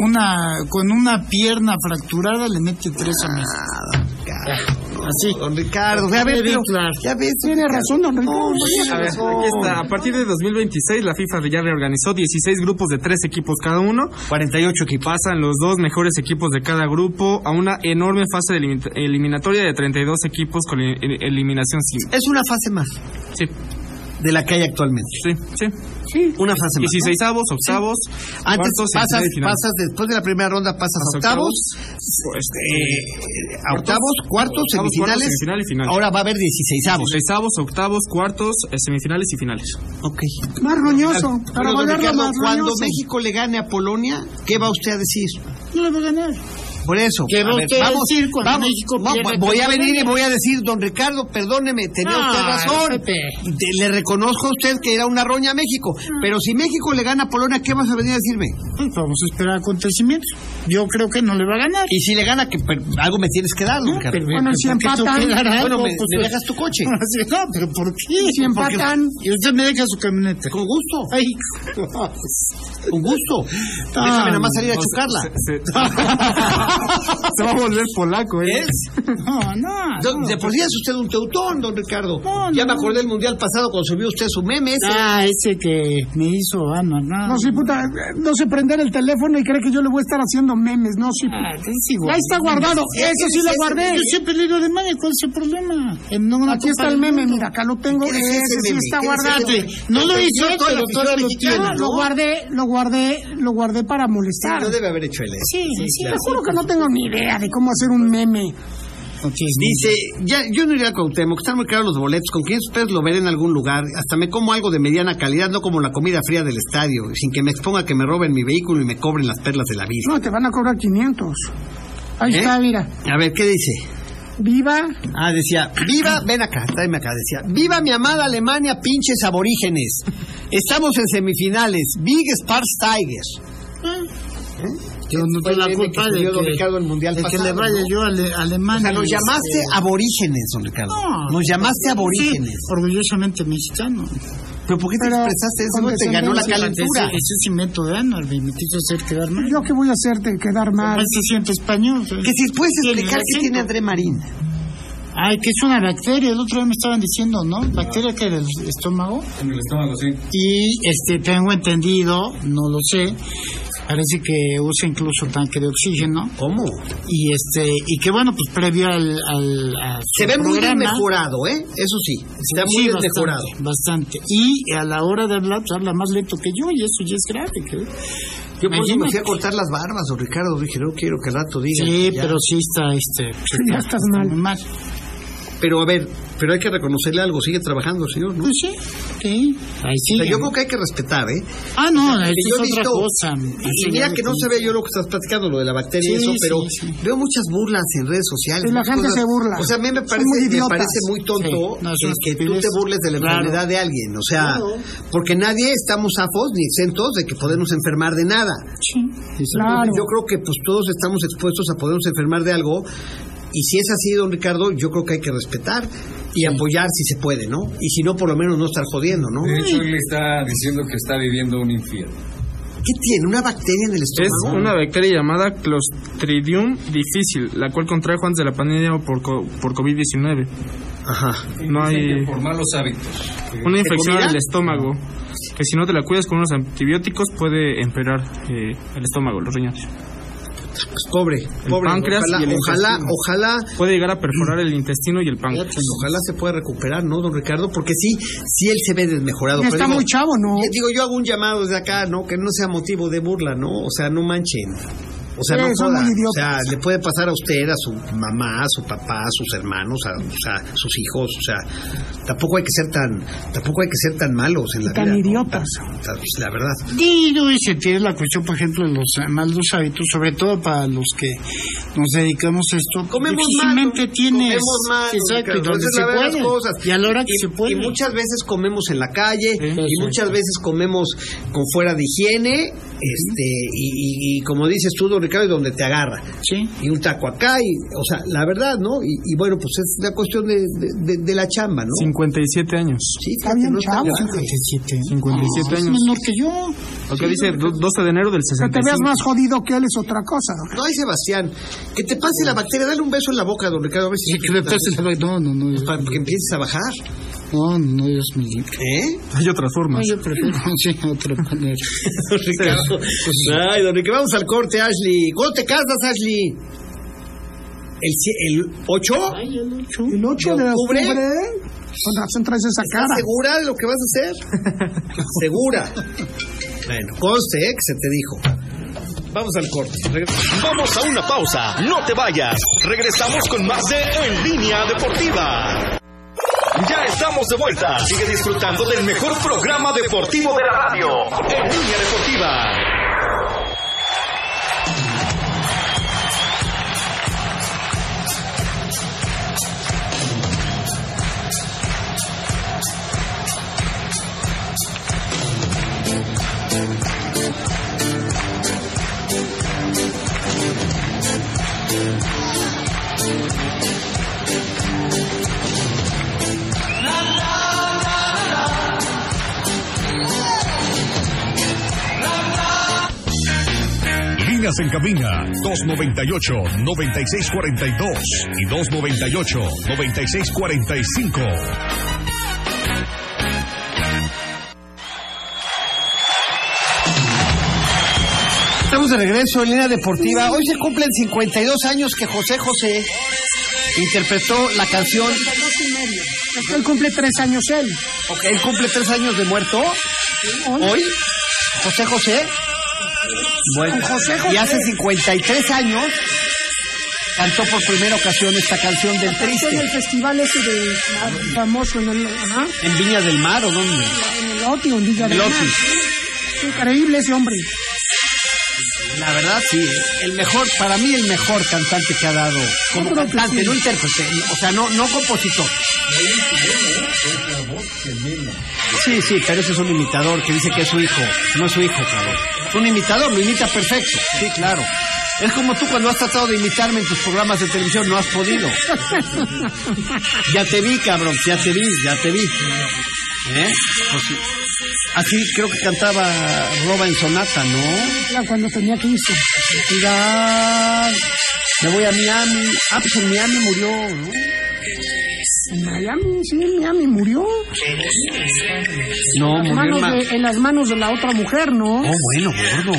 Speaker 7: una con una pierna fracturada le mete tres a México.
Speaker 4: Así. Don Ricardo, ya ves, pero- ya ves.
Speaker 5: Tiene razón, don Ricardo.
Speaker 8: A ver, aquí está. A partir de 2026, la FIFA ya reorganizó 16 grupos de 3 equipos cada uno.
Speaker 4: 48 equipos.
Speaker 8: Pasan los dos mejores equipos de cada grupo a una enorme fase de elimina- eliminatoria de 32 equipos con e- e- eliminación simple.
Speaker 4: Es una fase más
Speaker 8: Sí,
Speaker 4: de la que hay actualmente.
Speaker 8: sí, sí.
Speaker 4: Una fase más.
Speaker 8: 16 avos, octavos,
Speaker 4: Antes
Speaker 8: cuartos,
Speaker 4: pasas,
Speaker 8: semifinales y finales.
Speaker 4: pasas después de la primera ronda pasas a octavos,
Speaker 8: Pues,
Speaker 4: eh, a octavos, cuartos,
Speaker 8: octavos, cuartos,
Speaker 4: semifinales.
Speaker 8: semifinal y final.
Speaker 4: Ahora pues, va a haber 16 avos.
Speaker 8: 16 avos, octavos, cuartos, eh, semifinales y finales.
Speaker 4: Ok.
Speaker 5: Más roñoso. Para
Speaker 4: Pero, don
Speaker 5: volverlo
Speaker 4: Ricardo,
Speaker 5: más
Speaker 4: cuando
Speaker 5: roñoso.
Speaker 4: México le gane a Polonia, ¿qué va usted a decir?
Speaker 5: No le va a ganar.
Speaker 4: Por eso,
Speaker 7: ¿Qué va
Speaker 4: a ver,
Speaker 7: usted a decir cuando
Speaker 4: vamos,
Speaker 7: México
Speaker 4: vamos,
Speaker 7: pierda
Speaker 4: voy a
Speaker 7: con
Speaker 4: venir y
Speaker 7: Polonia?
Speaker 4: voy a decir, don Ricardo, perdóneme, tenía usted
Speaker 7: Ay,
Speaker 4: razón.
Speaker 7: Pepe.
Speaker 4: Te- le reconozco a usted que era una roña a México, pero si México le gana a Polonia, ¿qué vas a venir a decirme?
Speaker 7: Pues vamos a esperar acontecimientos. Yo creo que no le va a ganar.
Speaker 4: Y si le gana, que per- algo me tienes que dar, don Ricardo.
Speaker 5: Bueno, si
Speaker 7: ¿por qué tengo
Speaker 5: empatan,
Speaker 7: que dar algo?
Speaker 4: Bueno, me,
Speaker 7: Pues,
Speaker 4: me dejas tu coche.
Speaker 7: Sí, no, pero ¿por qué?
Speaker 5: Si empatan.
Speaker 7: Y usted me deja su camioneta.
Speaker 4: Con gusto,
Speaker 7: Ay,
Speaker 4: con gusto.
Speaker 5: Ah,
Speaker 4: Déjame nada más salir a chocarla.
Speaker 8: Se, se va a volver polaco, ¿eh?
Speaker 7: no, no.
Speaker 4: Don- De por sí es usted un teutón, don Ricardo.
Speaker 7: No,
Speaker 4: ya
Speaker 7: no.
Speaker 4: me acordé del mundial pasado cuando subió usted su meme. ese.
Speaker 7: Ah, ese que me hizo, ah, no, no.
Speaker 5: No sé, puta, no sé prender el teléfono y cree que yo le voy a estar haciendo memes. No, sí.
Speaker 7: Ah, es igual.
Speaker 5: Ahí está guardado. Eso sí lo guardé.
Speaker 7: Yo siempre le digo de madre, ¿cuál es el problema? En una
Speaker 5: Aquí está
Speaker 7: Copa
Speaker 5: el
Speaker 7: del
Speaker 5: meme,
Speaker 7: Mundo.
Speaker 5: mira, acá lo tengo.
Speaker 4: ¿Quién es
Speaker 5: Ese
Speaker 4: ese
Speaker 5: sí
Speaker 4: meme?
Speaker 5: está
Speaker 4: ¿Quién es ese
Speaker 5: guardado.
Speaker 4: meme?
Speaker 7: No lo hizo,
Speaker 4: Toda la
Speaker 7: pero
Speaker 4: afición
Speaker 7: todos lo
Speaker 4: mexicana,
Speaker 7: tienen,
Speaker 5: Ah,
Speaker 4: ¿no?
Speaker 5: Lo guardé, lo guardé, lo guardé para
Speaker 4: Sí,
Speaker 5: molestar.
Speaker 4: lo debe haber hecho él. eh.
Speaker 5: Ah. Sí, sí, sí.
Speaker 4: claro.
Speaker 5: Te juro que no tengo ni idea de cómo hacer un meme.
Speaker 7: No tienes ni-
Speaker 4: Dice, ya, yo no iría a Cuauhtémoc, están muy caros los boletos, con 500 pesos lo veré en algún lugar, hasta me como algo de mediana calidad, no como la comida fría del estadio, sin que me exponga que me roben mi vehículo y me cobren las perlas de la vida.
Speaker 5: No, te van a cobrar 500. Ahí
Speaker 4: ¿Eh?
Speaker 5: está, mira.
Speaker 4: A ver, ¿qué dice?
Speaker 5: Viva.
Speaker 4: Ah, decía, viva, ven acá, tráeme acá, decía, viva mi amada Alemania, pinches aborígenes. Estamos en semifinales, Big Stars Tigers.
Speaker 7: Yo no
Speaker 4: Fue el
Speaker 7: tengo ¿Eh? Pues la
Speaker 4: meme
Speaker 7: culpa
Speaker 4: que
Speaker 7: de
Speaker 4: subió
Speaker 7: que,
Speaker 4: don Ricardo el mundial
Speaker 7: de que
Speaker 4: pasado,
Speaker 7: le vaya
Speaker 4: ¿no?
Speaker 7: yo a Ale- a
Speaker 4: O sea,
Speaker 7: Alemania.
Speaker 4: nos
Speaker 7: este,
Speaker 4: llamaste aborígenes, don Ricardo.
Speaker 7: No.
Speaker 4: Nos llamaste aborígenes.
Speaker 7: Sí, orgullosamente mexicano.
Speaker 4: Pero ¿por qué te
Speaker 5: Pero,
Speaker 4: expresaste eso?
Speaker 5: con
Speaker 4: No te ganó la
Speaker 5: descendencia
Speaker 4: calentura.
Speaker 7: Ese, ese es invento de Anuar, me metiste a hacer quedar mal.
Speaker 5: Yo qué voy a hacerte quedar mal.
Speaker 7: Además se siente español.
Speaker 4: Que si puedes
Speaker 7: Tiene
Speaker 4: explicar qué
Speaker 7: acento.
Speaker 4: tiene André Marín.
Speaker 7: Ay, que es una bacteria. El otro día me estaban diciendo, ¿no? ¿Bacteria que del estómago?
Speaker 9: En el estómago, sí.
Speaker 7: Y este tengo entendido, no lo sé, parece que usa incluso tanque de oxígeno.
Speaker 4: ¿Cómo?
Speaker 7: Y este y que bueno, pues previo al. al a su
Speaker 4: Se ve muy bien
Speaker 7: programa,
Speaker 4: mejorado, ¿eh? Eso sí, está
Speaker 7: sí,
Speaker 4: muy bien
Speaker 7: bastante,
Speaker 4: mejorado.
Speaker 7: Bastante. Y a la hora de hablar, pues habla más lento que yo, y eso ya es grave. ¿qué?
Speaker 4: Yo por eso me
Speaker 7: Imagínate.
Speaker 4: fui a cortar las barbas, don Ricardo. Dije, no quiero que al rato diga.
Speaker 7: Sí,
Speaker 4: que ya.
Speaker 7: pero sí está este.
Speaker 5: Ya estás mal.
Speaker 7: mal.
Speaker 4: Pero a ver, pero hay que reconocerle algo. Sigue trabajando, señor, ¿no?
Speaker 7: Pues sí, sí. Ahí sí.
Speaker 4: O sea, yo creo que hay que respetar, ¿eh?
Speaker 7: Ah, no,
Speaker 4: yo he
Speaker 7: esto es otra
Speaker 4: visto-
Speaker 7: cosa.
Speaker 4: Y mira que no sabía yo lo que estás platicando, lo de la bacteria y
Speaker 7: Sí,
Speaker 4: eso,
Speaker 7: sí,
Speaker 4: pero
Speaker 7: sí.
Speaker 4: veo muchas burlas en redes sociales.
Speaker 5: Sí, Pues la
Speaker 4: muchas
Speaker 5: gente se burla.
Speaker 4: O sea, a mí me
Speaker 5: Son
Speaker 4: parece,
Speaker 5: muy
Speaker 4: me
Speaker 5: idiotas.
Speaker 4: parece muy tonto
Speaker 7: Sí, no, es
Speaker 4: que-
Speaker 7: una
Speaker 4: que, tú
Speaker 7: estupidez.
Speaker 4: te burles de la
Speaker 7: Claro.
Speaker 4: enfermedad de alguien. O sea, porque nadie estamos afos ni exentos de que podemos enfermar de nada.
Speaker 5: Claro.
Speaker 4: Yo creo que pues todos estamos expuestos a podernos enfermar de algo. Y si es así, don Ricardo, yo creo que hay que respetar y apoyar si se puede, ¿no? Y si no, por lo menos no estar jodiendo, ¿no?
Speaker 9: De hecho, él está diciendo que está viviendo un infierno.
Speaker 4: ¿Qué tiene? ¿Una bacteria en el
Speaker 8: Es
Speaker 4: estómago?
Speaker 8: una bacteria llamada Clostridium difficile, la cual contrajo antes de la pandemia por, co- por COVID-19.
Speaker 4: Ajá.
Speaker 8: No hay
Speaker 9: Por malos hábitos.
Speaker 8: una infección en
Speaker 4: comida?
Speaker 8: el estómago, que si no te la cuidas con unos antibióticos puede empeorar eh, el estómago, los riñones.
Speaker 4: Pues pobre, pobre.
Speaker 8: páncreas
Speaker 4: ojalá,
Speaker 8: y el
Speaker 4: ojalá,
Speaker 8: intestino.
Speaker 4: ojalá
Speaker 8: Puede llegar a perforar el intestino y el páncreas.
Speaker 4: Pues ojalá se pueda recuperar, ¿no, don Ricardo? Porque sí, sí él se ve desmejorado.
Speaker 5: Está
Speaker 4: digo,
Speaker 5: muy chavo, ¿no?
Speaker 4: eh, Digo, yo hago un llamado desde acá, ¿no? Que no sea motivo de burla, ¿no? O sea, no manchen. O sea,
Speaker 5: Sí,
Speaker 4: no
Speaker 5: son
Speaker 4: jodan.
Speaker 5: muy
Speaker 4: O sea, le puede pasar a usted, a su mamá, a su papá, a sus hermanos, a, o sea, a sus hijos. O sea, tampoco hay que ser tan, tampoco hay que ser tan malos en la
Speaker 5: Tan
Speaker 4: vida. ¿no?
Speaker 5: idiotas.
Speaker 4: Tan- tan- pues, la verdad.
Speaker 7: Digo, y se tiene la cuestión, por ejemplo, de los eh, malos hábitos, sobre todo para los que nos dedicamos a esto.
Speaker 4: Comemos
Speaker 7: difícilmente
Speaker 4: mal,
Speaker 7: tienes.
Speaker 4: comemos mal,
Speaker 7: exacto, y
Speaker 4: Ricardo,
Speaker 7: donde
Speaker 4: esa es
Speaker 7: se
Speaker 4: la verdad de
Speaker 7: puede.
Speaker 4: las cosas.
Speaker 7: Y a la hora que
Speaker 4: y,
Speaker 7: se puede.
Speaker 4: y muchas veces comemos en la calle y
Speaker 7: sí.
Speaker 4: muchas veces comemos con fuera de higiene este y, y- y como dices tú don Ricardo y donde te agarra
Speaker 7: Sí.
Speaker 4: y un taco acá y o sea la verdad no y, y bueno pues es la cuestión de, de, de- de la chamba no
Speaker 8: 57 años.
Speaker 4: sí
Speaker 5: Está bien
Speaker 4: no
Speaker 5: chavo.
Speaker 4: grande.
Speaker 8: 57
Speaker 7: Es
Speaker 8: años.
Speaker 7: menor que yo.
Speaker 8: Lo que dice do- 12 de enero del
Speaker 5: Que te veas
Speaker 8: 65.
Speaker 5: más jodido que él es otra cosa.
Speaker 4: no ay Sebastián que te pase la bacteria dale un beso en la boca don Ricardo a ver si Pues,
Speaker 7: Sí, que me pase la- No, no, no.
Speaker 4: para que empieces a bajar
Speaker 7: No, no, Dios mío.
Speaker 4: ¿eh?
Speaker 8: Hay otras formas.
Speaker 7: yo prefiero. Sí, otra manera.
Speaker 4: Don Ricardo. Ay, don Ricardo, vamos al corte, Ashley. ¿Cuándo te casas, Ashley? ¿El, cie- el 8?
Speaker 5: El 8 de
Speaker 4: ¿De octubre?
Speaker 5: octubre, con razón traes esa
Speaker 4: ¿Estás
Speaker 5: cara.
Speaker 4: segura de lo que vas a hacer? Segura. Bueno, conste, ¿eh? que se te dijo. Vamos al corte. Regresamos.
Speaker 3: Vamos a una pausa, no te vayas. Regresamos con más de En Línea Deportiva. Ya estamos de vuelta. Sigue disfrutando del mejor programa deportivo de la radio. En Línea Deportiva.
Speaker 6: Líneas en cabina 298-9642 y 298-9645.
Speaker 4: Estamos de regreso en línea deportiva. Hoy se cumplen 52 años que José José interpretó la canción.
Speaker 5: Es que él cumple tres años él.
Speaker 4: Ok, él cumple tres años de muerto. Hoy, José José. Bueno, y hace 53 años cantó por primera ocasión esta canción del
Speaker 5: Fue en el
Speaker 4: triste.
Speaker 5: festival ese de ah, famoso en el, ajá,
Speaker 4: En Viña del Mar o dónde?
Speaker 5: en el OTI, en Villa del
Speaker 4: El
Speaker 5: Mar.
Speaker 4: Oti.
Speaker 5: Increíble ese hombre.
Speaker 4: La verdad, sí. ¿eh? El mejor, para mí, el mejor cantante que ha dado. Como cantante, no intérprete. O sea, no, no compositor. Sí, sí, pero ese es un imitador que dice que es su hijo. No es su hijo, cabrón. Es un imitador, lo imita perfecto. Sí, claro. Es como tú cuando has tratado de imitarme en tus programas de televisión, no has podido. Ya te vi, cabrón, ya te vi, ya te vi. ¿Eh? Pues sí. así creo que cantaba Roba en Sonata, ¿no?
Speaker 5: Era cuando tenía 15.
Speaker 4: Ciudad. Me voy a Miami. Ah, pues en Miami murió, ¿no?
Speaker 5: En Miami, sí, en Miami murió.
Speaker 4: No,
Speaker 5: En,
Speaker 4: murió en
Speaker 5: manos
Speaker 4: Ma-
Speaker 5: de- en las manos de la otra mujer, ¿no?
Speaker 4: Oh, bueno, gordo.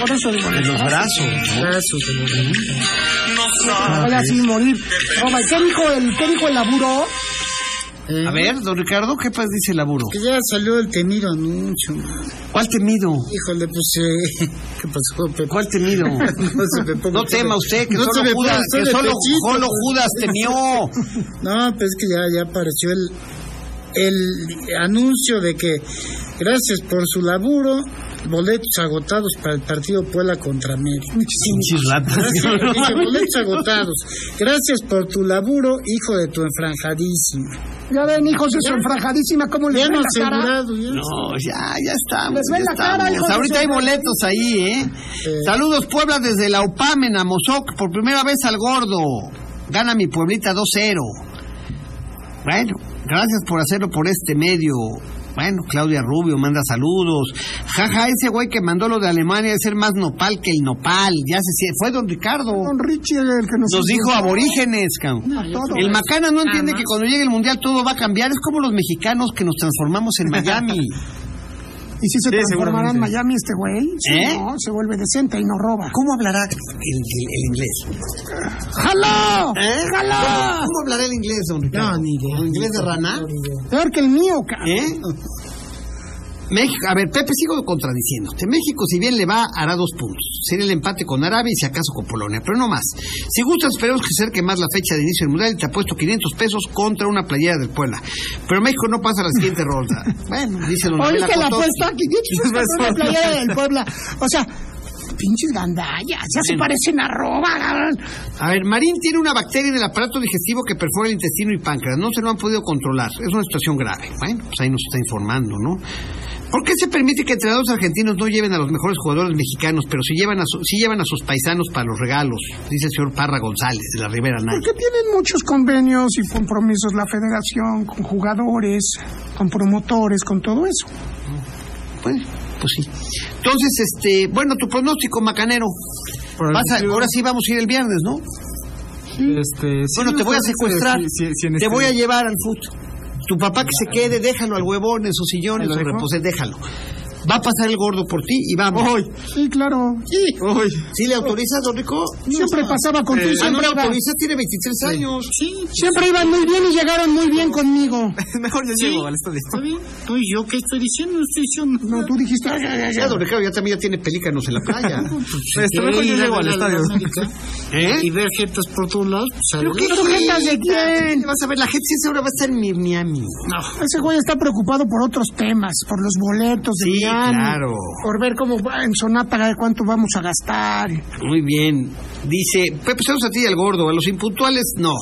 Speaker 5: Por eso digo,
Speaker 4: En los brazos. ¿no?
Speaker 5: ahora sí morir. No, ma, ¿Qué dijo el, qué dijo el laburo?
Speaker 4: A ver, don Ricardo, ¿qué pasa dice el laburo?
Speaker 7: Que ya salió el temido anuncio.
Speaker 4: ¿Cuál temido?
Speaker 7: Híjole, pues, eh, ¿qué pasó, Pepe?
Speaker 4: ¿Cuál temido?
Speaker 7: No se me ponga
Speaker 4: No
Speaker 7: usted
Speaker 4: tema
Speaker 7: de-
Speaker 4: usted, que
Speaker 7: no se
Speaker 4: solo
Speaker 7: me ponga
Speaker 4: Judas,
Speaker 7: usted
Speaker 4: que
Speaker 7: de
Speaker 4: solo,
Speaker 7: pechito,
Speaker 4: solo
Speaker 7: pues.
Speaker 4: Judas temió.
Speaker 7: No, pues es que ya, ya apareció el, el anuncio de que gracias por su laburo, boletos agotados para el partido Puebla contra América.
Speaker 4: Pinches ratas.
Speaker 7: Dice, boletos agotados. Gracias por tu laburo, hijo de tu enfranjadísima.
Speaker 5: Ya ven, hijos de su enfrajadísima, ¿cómo les
Speaker 7: Ya
Speaker 5: ven
Speaker 7: no
Speaker 5: la cara?
Speaker 7: asegurado, ya.
Speaker 4: No, Pues, ya, ya estamos.
Speaker 5: Les ve
Speaker 4: ya
Speaker 5: la cara,
Speaker 4: estamos.
Speaker 5: hijo de
Speaker 4: Ahorita
Speaker 5: su
Speaker 4: hay
Speaker 5: madre.
Speaker 4: boletos ahí, ¿eh? Saludos, Puebla, desde la UPAM en Amozoc. Por primera vez al gordo. Gana mi pueblita 2-0. Bueno, gracias por hacerlo por este medio. Bueno, Claudia Rubio manda saludos. Jaja, ese güey que mandó lo de Alemania es el más nopal que el nopal. Ya se sie- fue don Ricardo.
Speaker 5: Don Richie, el que nos,
Speaker 4: Nos dijo aborígenes, cabrón.
Speaker 5: No, todo.
Speaker 4: El Macana no entiende
Speaker 7: Jamás.
Speaker 4: que cuando llegue el mundial todo va a cambiar. Es como los mexicanos que nos transformamos en Miami.
Speaker 5: Y si se
Speaker 8: Sí,
Speaker 5: transformará en
Speaker 8: seguramente.
Speaker 5: Miami este güey, Sí,
Speaker 4: ¿Eh?
Speaker 5: no, se vuelve decente y no roba.
Speaker 4: ¿Cómo hablará el, el- el inglés?
Speaker 5: ¡Jalo!
Speaker 4: ¿Eh?
Speaker 5: ¡Jalo!
Speaker 4: ¿Cómo hablará el inglés, don Ricardo?
Speaker 7: No, ni idea.
Speaker 4: ¿El inglés de rana?
Speaker 5: Peor que el mío, cabrón.
Speaker 4: ¿Eh? México, a ver, Pepe, sigo contradiciéndote. México, si bien le va, hará dos puntos. Sería el empate con Arabia y si acaso con Polonia, pero no más. Si gustas, esperemos que se acerque más la fecha de inicio del Mundial y te apuesto 500 pesos contra una playera del Puebla. Pero México no pasa a la siguiente ronda. Bueno, dice Don
Speaker 5: Hoy
Speaker 4: Abel
Speaker 5: que la
Speaker 4: Acotoski.
Speaker 5: apuesta aquí, la playera del Puebla. O sea, pinches gandallas, ya se parecen a roba, cabrón.
Speaker 4: A ver, Marín tiene una bacteria en el aparato digestivo que perfora el intestino y páncreas. No se lo han podido controlar. Es una situación grave. Bueno, pues ahí nos está informando, ¿no? ¿Por qué se permite que entrenadores argentinos no lleven a los mejores jugadores mexicanos, pero sí llevan a, su- sí llevan a sus paisanos para los regalos? Dice el señor Parra González de la Ribera Naya.
Speaker 5: Porque tienen muchos convenios y compromisos la federación con jugadores, con promotores, con todo eso.
Speaker 4: Bueno, pues sí. Entonces, este, bueno, tu pronóstico, Macanero.
Speaker 8: Por el
Speaker 4: Vas a-
Speaker 8: club.
Speaker 4: ahora sí vamos a ir el viernes, ¿no?
Speaker 8: Este, sí,
Speaker 4: Bueno, te voy a
Speaker 8: sí,
Speaker 4: secuestrar.
Speaker 8: sí, sí, sí, en
Speaker 4: Te
Speaker 8: este-
Speaker 4: voy a llevar al fútbol. Tu papá que se quede, déjalo al huevón en su sillón,
Speaker 8: ¿Me
Speaker 4: en
Speaker 8: lo
Speaker 4: su
Speaker 8: dejó?
Speaker 4: reposé, déjalo. Va a pasar el gordo por ti y vamos.
Speaker 5: Sí, claro.
Speaker 8: Uy,
Speaker 4: ¿Sí le autorizas, don Rico?
Speaker 5: Siempre pasaba con tú,
Speaker 4: Ah, no
Speaker 5: siempre,
Speaker 4: le
Speaker 5: iba-
Speaker 4: autorizas, tiene 23 años.
Speaker 5: siempre iban muy bien y llegaron muy bien conmigo.
Speaker 8: mejor yo llego al estudio.
Speaker 7: ¿Está bien? ¿Tú y yo qué estoy diciendo? No "Ah, estoy diciendo
Speaker 5: No, tú dijiste, "Ay, ay, ay,
Speaker 4: Ya, don Ricardo, ya también ya tiene pelícanos en la playa.
Speaker 7: Pues,
Speaker 8: Este, mejor yo
Speaker 7: ir a
Speaker 8: llego
Speaker 7: ver
Speaker 8: al
Speaker 7: a la
Speaker 8: estadio.
Speaker 7: América
Speaker 4: ¿Eh?
Speaker 7: Y ver jetas por todos lados. pues, a ver.
Speaker 5: sujetas de quién?
Speaker 4: Vas a ver, la gente sí ahora va a estar en mi- Miami.
Speaker 5: Ese güey está preocupado por otros temas, por los boletos de
Speaker 4: Sí,
Speaker 5: Miami,
Speaker 4: claro.
Speaker 5: por ver cómo va en Sonata cuánto vamos a gastar.
Speaker 4: Muy bien. Dice, Pepe, saludos a ti y al gordo. A los impuntuales, no.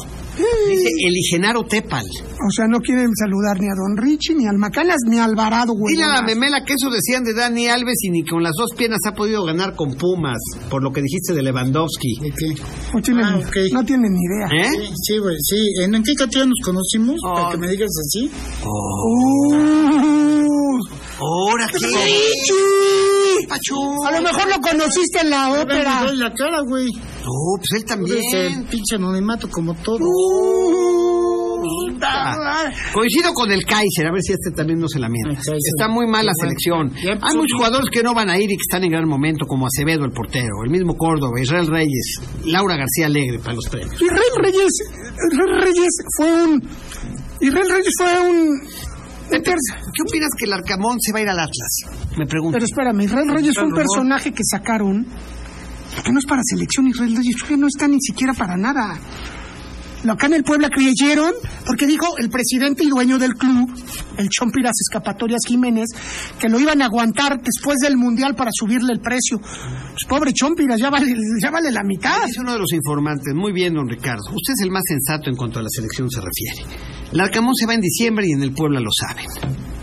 Speaker 4: Dice, el Genaro Tepal.
Speaker 5: O sea, no quieren saludar ni a Don Richie, ni al Macanas, ni a Alvarado, güey.
Speaker 4: Dile a la
Speaker 5: nomás.
Speaker 4: memela que eso decían de Dani Alves y ni con las dos piernas ha podido ganar con Pumas, por lo que dijiste de Lewandowski.
Speaker 7: ¿De qué?
Speaker 5: no, tienen,
Speaker 7: Ah, ok.
Speaker 5: no tienen ni idea.
Speaker 4: ¿Eh?
Speaker 7: Sí, Sí, güey, sí. ¿En, en qué cantidad nos conocimos?
Speaker 4: Ah.
Speaker 7: Para que me digas así.
Speaker 5: Uh,
Speaker 4: Oh. ¿Ahora qué?
Speaker 5: ¡Richie!
Speaker 4: Pacho.
Speaker 5: A lo mejor lo conociste en la
Speaker 7: Pero...
Speaker 5: ópera.
Speaker 7: la cara, güey.
Speaker 4: No, pues él
Speaker 7: Ese
Speaker 4: también.
Speaker 7: pinche anonimato como todo.
Speaker 4: Ah, Coincido con el Kaiser, a ver si este también no se la mienta.
Speaker 7: El Kaiser.
Speaker 4: Está muy mal la
Speaker 7: Igual.
Speaker 4: selección.
Speaker 7: Ya empezó-
Speaker 4: Hay muchos jugadores que no van a ir y que están en gran momento, como Acevedo, el portero, el mismo Córdoba, Israel Reyes, Laura García Alegre para los premios.
Speaker 5: Israel Reyes, Israel Reyes fue un. Israel Reyes fue un.
Speaker 4: ¿Qué opinas que el Arcamón se va a ir al Atlas? Me pregunto.
Speaker 5: Pero espérame, Israel Reyes fue un personaje que sacaron que no es para selección. Israel Reyes que no está ni siquiera para nada. Lo acá en el Puebla creyeron porque dijo el presidente y dueño del club, el Chompiras Escapatorias Jiménez, que lo iban a aguantar después del Mundial para subirle el precio. Pues, pobre Chompiras, ya vale, ya vale la mitad.
Speaker 4: Ah, Es uno de los informantes. Muy bien, don Ricardo. Usted es el más sensato en cuanto a la selección se refiere. El Arcamón se va en diciembre y en el Puebla lo saben.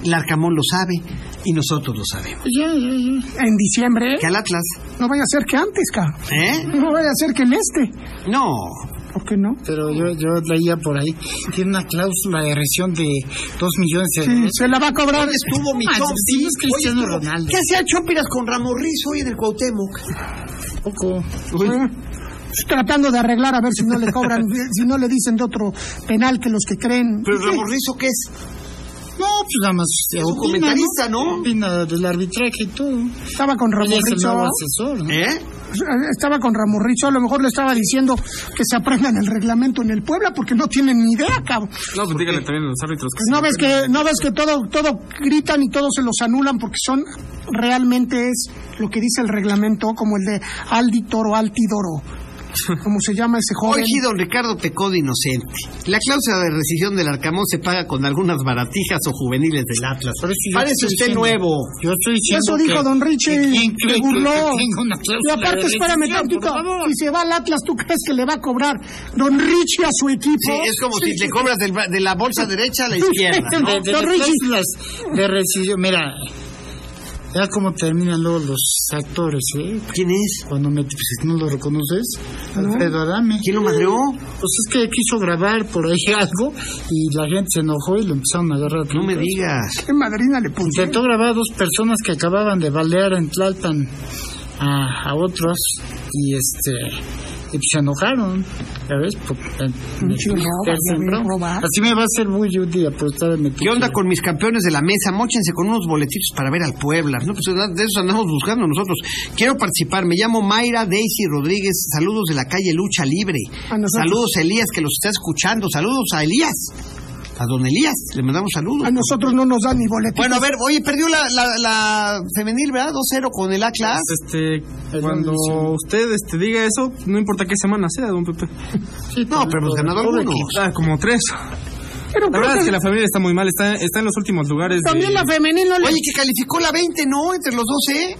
Speaker 4: El Arcamón lo sabe y nosotros lo sabemos.
Speaker 5: En diciembre, ¿eh?
Speaker 4: Que al Atlas,
Speaker 5: no vaya a ser que antes, ca.
Speaker 4: ¿eh?
Speaker 5: No vaya a ser que en este.
Speaker 4: No.
Speaker 5: ¿Por qué no?
Speaker 7: Pero yo, yo leía por ahí. Tiene una cláusula de reacción de 2 millones de
Speaker 5: Sí, se la va a cobrar.
Speaker 4: Estuvo mi
Speaker 7: Ah,
Speaker 4: Chompi.
Speaker 7: sí, es Cristiano
Speaker 4: Oye, estuvo-
Speaker 7: Ronaldo.
Speaker 4: ¿Qué hacía Chompiras con Ramorriz hoy en el Cuauhtémoc?
Speaker 7: Poco.
Speaker 5: Ah, Tratando de arreglar a ver si no le cobran, si no le dicen de otro penal que los que creen.
Speaker 4: ¿Pero Ramorriz o qué es?
Speaker 7: No, pues nada más. Es
Speaker 4: un comentarista, ¿no?
Speaker 7: Opina del arbitraje y todo.
Speaker 5: Estaba con
Speaker 7: Él es el
Speaker 5: Ramorricho.
Speaker 7: nuevo asesor. ¿no?
Speaker 4: ¿Eh?
Speaker 5: Estaba con Ramorricho. A lo mejor le estaba diciendo que se aprendan el reglamento en el Puebla porque no tienen ni idea, cabrón.
Speaker 8: No, pues díganle también a los árbitros que
Speaker 5: No
Speaker 8: sí.
Speaker 5: ves que, no ves que todo, todo gritan y todo se los anulan porque son realmente es lo que dice el reglamento, como el de Aldi Toro, Altidoro, como se llama ese joven.
Speaker 4: Hoy sí, don Ricardo pecó de inocente. La cláusula de rescisión del Arcamón se paga con algunas baratijas o juveniles del Atlas.
Speaker 7: Por eso yo
Speaker 4: Parece
Speaker 7: estoy
Speaker 4: usted
Speaker 7: diciendo-
Speaker 4: nuevo.
Speaker 7: Yo estoy diciendo.
Speaker 5: Eso dijo
Speaker 7: que-
Speaker 5: don Richie,
Speaker 7: que quién cree
Speaker 5: se
Speaker 7: que-
Speaker 5: burló.
Speaker 7: que tenga una
Speaker 5: Y
Speaker 7: cláusula
Speaker 5: aparte,
Speaker 7: de
Speaker 5: espérame
Speaker 7: rescisión, por
Speaker 5: tantito,
Speaker 7: favor?
Speaker 5: si se va al Atlas, ¿tú crees que le va a cobrar don Richie a su equipo?
Speaker 4: Sí, es como si le cobras del bra- de la bolsa derecha a la
Speaker 5: Sí,
Speaker 4: izquierda.
Speaker 5: ¿no?
Speaker 7: de, de
Speaker 5: Don
Speaker 7: las
Speaker 5: Richie.
Speaker 7: cláusulas de rescisión. Mira, Ya como terminan luego los actores, ¿eh?
Speaker 4: ¿Quién es?
Speaker 7: Cuando me, pues, no lo reconoces, Alfredo Adame.
Speaker 4: ¿Quién lo madreó?
Speaker 7: Pues es que quiso grabar por ahí algo y la gente se enojó y lo empezaron a agarrar.
Speaker 4: No me
Speaker 7: tripas.
Speaker 4: digas.
Speaker 5: ¿Qué madrina le puse?
Speaker 7: Intentó grabar a dos personas que acababan de balear en Tlalpan a, a otros y este y pues se enojaron, ¿sabes? Por- eh, me-
Speaker 5: chido,
Speaker 7: meterse en
Speaker 5: ya
Speaker 7: bronca.
Speaker 5: vi, robar.
Speaker 7: Así me va a hacer muy útil por estar metido.
Speaker 4: ¿Qué onda con mis campeones de la mesa? Móchense con unos boletitos para ver al Puebla. No, pues de esos andamos buscando nosotros. Quiero participar. Me llamo Mayra Daisy Rodríguez. Saludos de la calle Lucha Libre.
Speaker 5: A nosotros.
Speaker 4: Saludos a Elías que los está escuchando. Saludos a Elías. A don Elías. Le mandamos saludos.
Speaker 5: A nosotros Ah, no nos dan ni boleto.
Speaker 4: Bueno, a ver, oye, perdió la, la, la femenil, ¿verdad? 2-0 con el Atlas.
Speaker 8: Este, cuando usted este, diga eso, no importa qué semana sea, don Pepe.
Speaker 4: No, pero pues hemos ganado algunos.
Speaker 8: Ah, como tres.
Speaker 5: pues. Pero
Speaker 8: La
Speaker 5: creo
Speaker 8: verdad
Speaker 5: que
Speaker 8: es que la familia está muy mal, está, está en los últimos lugares. de-
Speaker 5: también la femenil no le...
Speaker 4: Oye, que calificó la 20, ¿no? Entre los 12.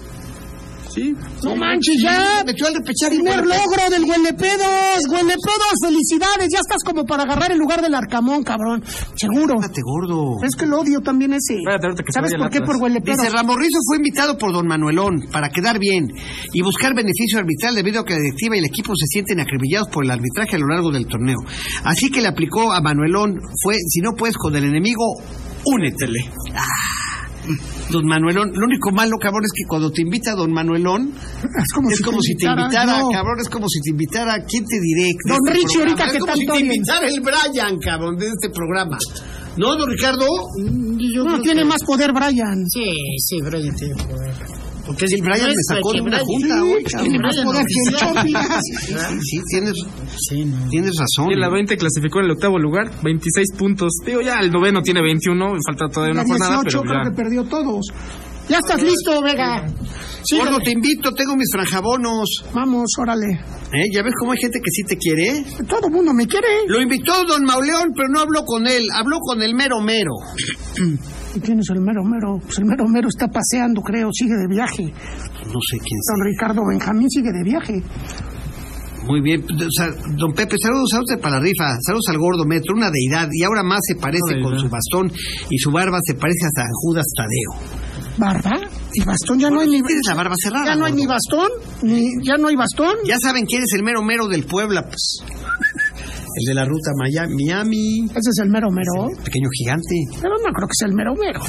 Speaker 8: Sí.
Speaker 5: no manches, ya.
Speaker 4: Metió al repechaje.
Speaker 5: Primer logro del Huelepedos. Huelepedos, felicidades. Ya estás como para agarrar el lugar del Arcamón, cabrón. Seguro.
Speaker 4: Espérate, gordo.
Speaker 5: Es que el odio también ese.
Speaker 8: Espérate, ahorita que se
Speaker 5: ¿Sabes
Speaker 8: vaya
Speaker 5: por
Speaker 8: el
Speaker 5: qué?
Speaker 8: Atlas.
Speaker 5: Por
Speaker 4: Dice
Speaker 5: Huelepedos.
Speaker 4: Ramorrizo fue invitado por don Manuelón para quedar bien y buscar beneficio arbitral debido a que la directiva y el equipo se sienten acribillados por el arbitraje a lo largo del torneo. Así que le aplicó a Manuelón, fue, si no puedes con el enemigo, únetele. Ah, Don Manuelón, lo único malo, cabrón, es que cuando te invita Don Manuelón,
Speaker 5: Es como
Speaker 4: es
Speaker 5: si
Speaker 4: como
Speaker 5: te
Speaker 4: si te
Speaker 5: invitara,
Speaker 4: invitara,
Speaker 5: no.
Speaker 4: cabrón, es como si te invitara, ¿quién te diré? de este
Speaker 5: Don Richie,
Speaker 4: programa?
Speaker 5: ahorita
Speaker 4: es
Speaker 5: que
Speaker 4: como si
Speaker 5: tanto
Speaker 4: te
Speaker 5: odias.
Speaker 4: invitara el Brian, cabrón, de este programa. ¿No, don Ricardo?
Speaker 5: No, tiene más poder Brian.
Speaker 7: Sí, sí, Brian tiene poder.
Speaker 4: Porque si el Brian
Speaker 7: No
Speaker 4: me
Speaker 7: es
Speaker 4: sacó de
Speaker 7: cualquier
Speaker 4: una
Speaker 7: Brian.
Speaker 4: junta,
Speaker 7: Sí,
Speaker 4: güey,
Speaker 7: tiene
Speaker 4: cabrón.
Speaker 7: más
Speaker 4: Brian,
Speaker 7: poder
Speaker 4: no.
Speaker 7: que yo, mira.
Speaker 4: Sí, sí, tienes,
Speaker 7: Sí, no.
Speaker 4: tienes razón.
Speaker 8: Y la 20 clasificó en el octavo lugar, 26 puntos. Digo, ya el noveno tiene 21, falta todavía
Speaker 5: La
Speaker 8: una jornada,
Speaker 5: 18
Speaker 8: pero
Speaker 5: creo
Speaker 8: ya.
Speaker 5: que perdió todos. Ya estás listo, Vega. Sí,
Speaker 4: Gordo, te invito, tengo mis franjabonos.
Speaker 5: Vamos, órale.
Speaker 4: ¿Eh? ¿Ya ves cómo hay gente que sí te quiere? eh?
Speaker 5: Todo mundo me quiere.
Speaker 4: Lo invitó don Mauleón, pero no habló con él, habló con el mero mero.
Speaker 5: ¿Y ¿Quién es el mero mero? Pues el mero mero está paseando, creo, sigue de viaje.
Speaker 4: No sé quién
Speaker 5: Don Ricardo Benjamín sigue de viaje.
Speaker 4: es. Muy bien, pues, o sea, don Pepe, saludos a usted para la rifa, saludos al gordo metro, una deidad, y ahora más se parece con su bastón y su barba se parece a San Judas Tadeo.
Speaker 5: ¿Barba? ¿Y bastón? Ya no hay ni
Speaker 4: Tienes la barba cerrada.
Speaker 5: ya no hay
Speaker 4: gordo.
Speaker 5: ni bastón, ni ya no hay bastón.
Speaker 4: Ya saben quién es el mero mero del Puebla, pues. El de la ruta Maya- Miami,
Speaker 5: Ese es el mero mero.
Speaker 4: pequeño gigante.
Speaker 5: Pero no creo que sea el mero mero.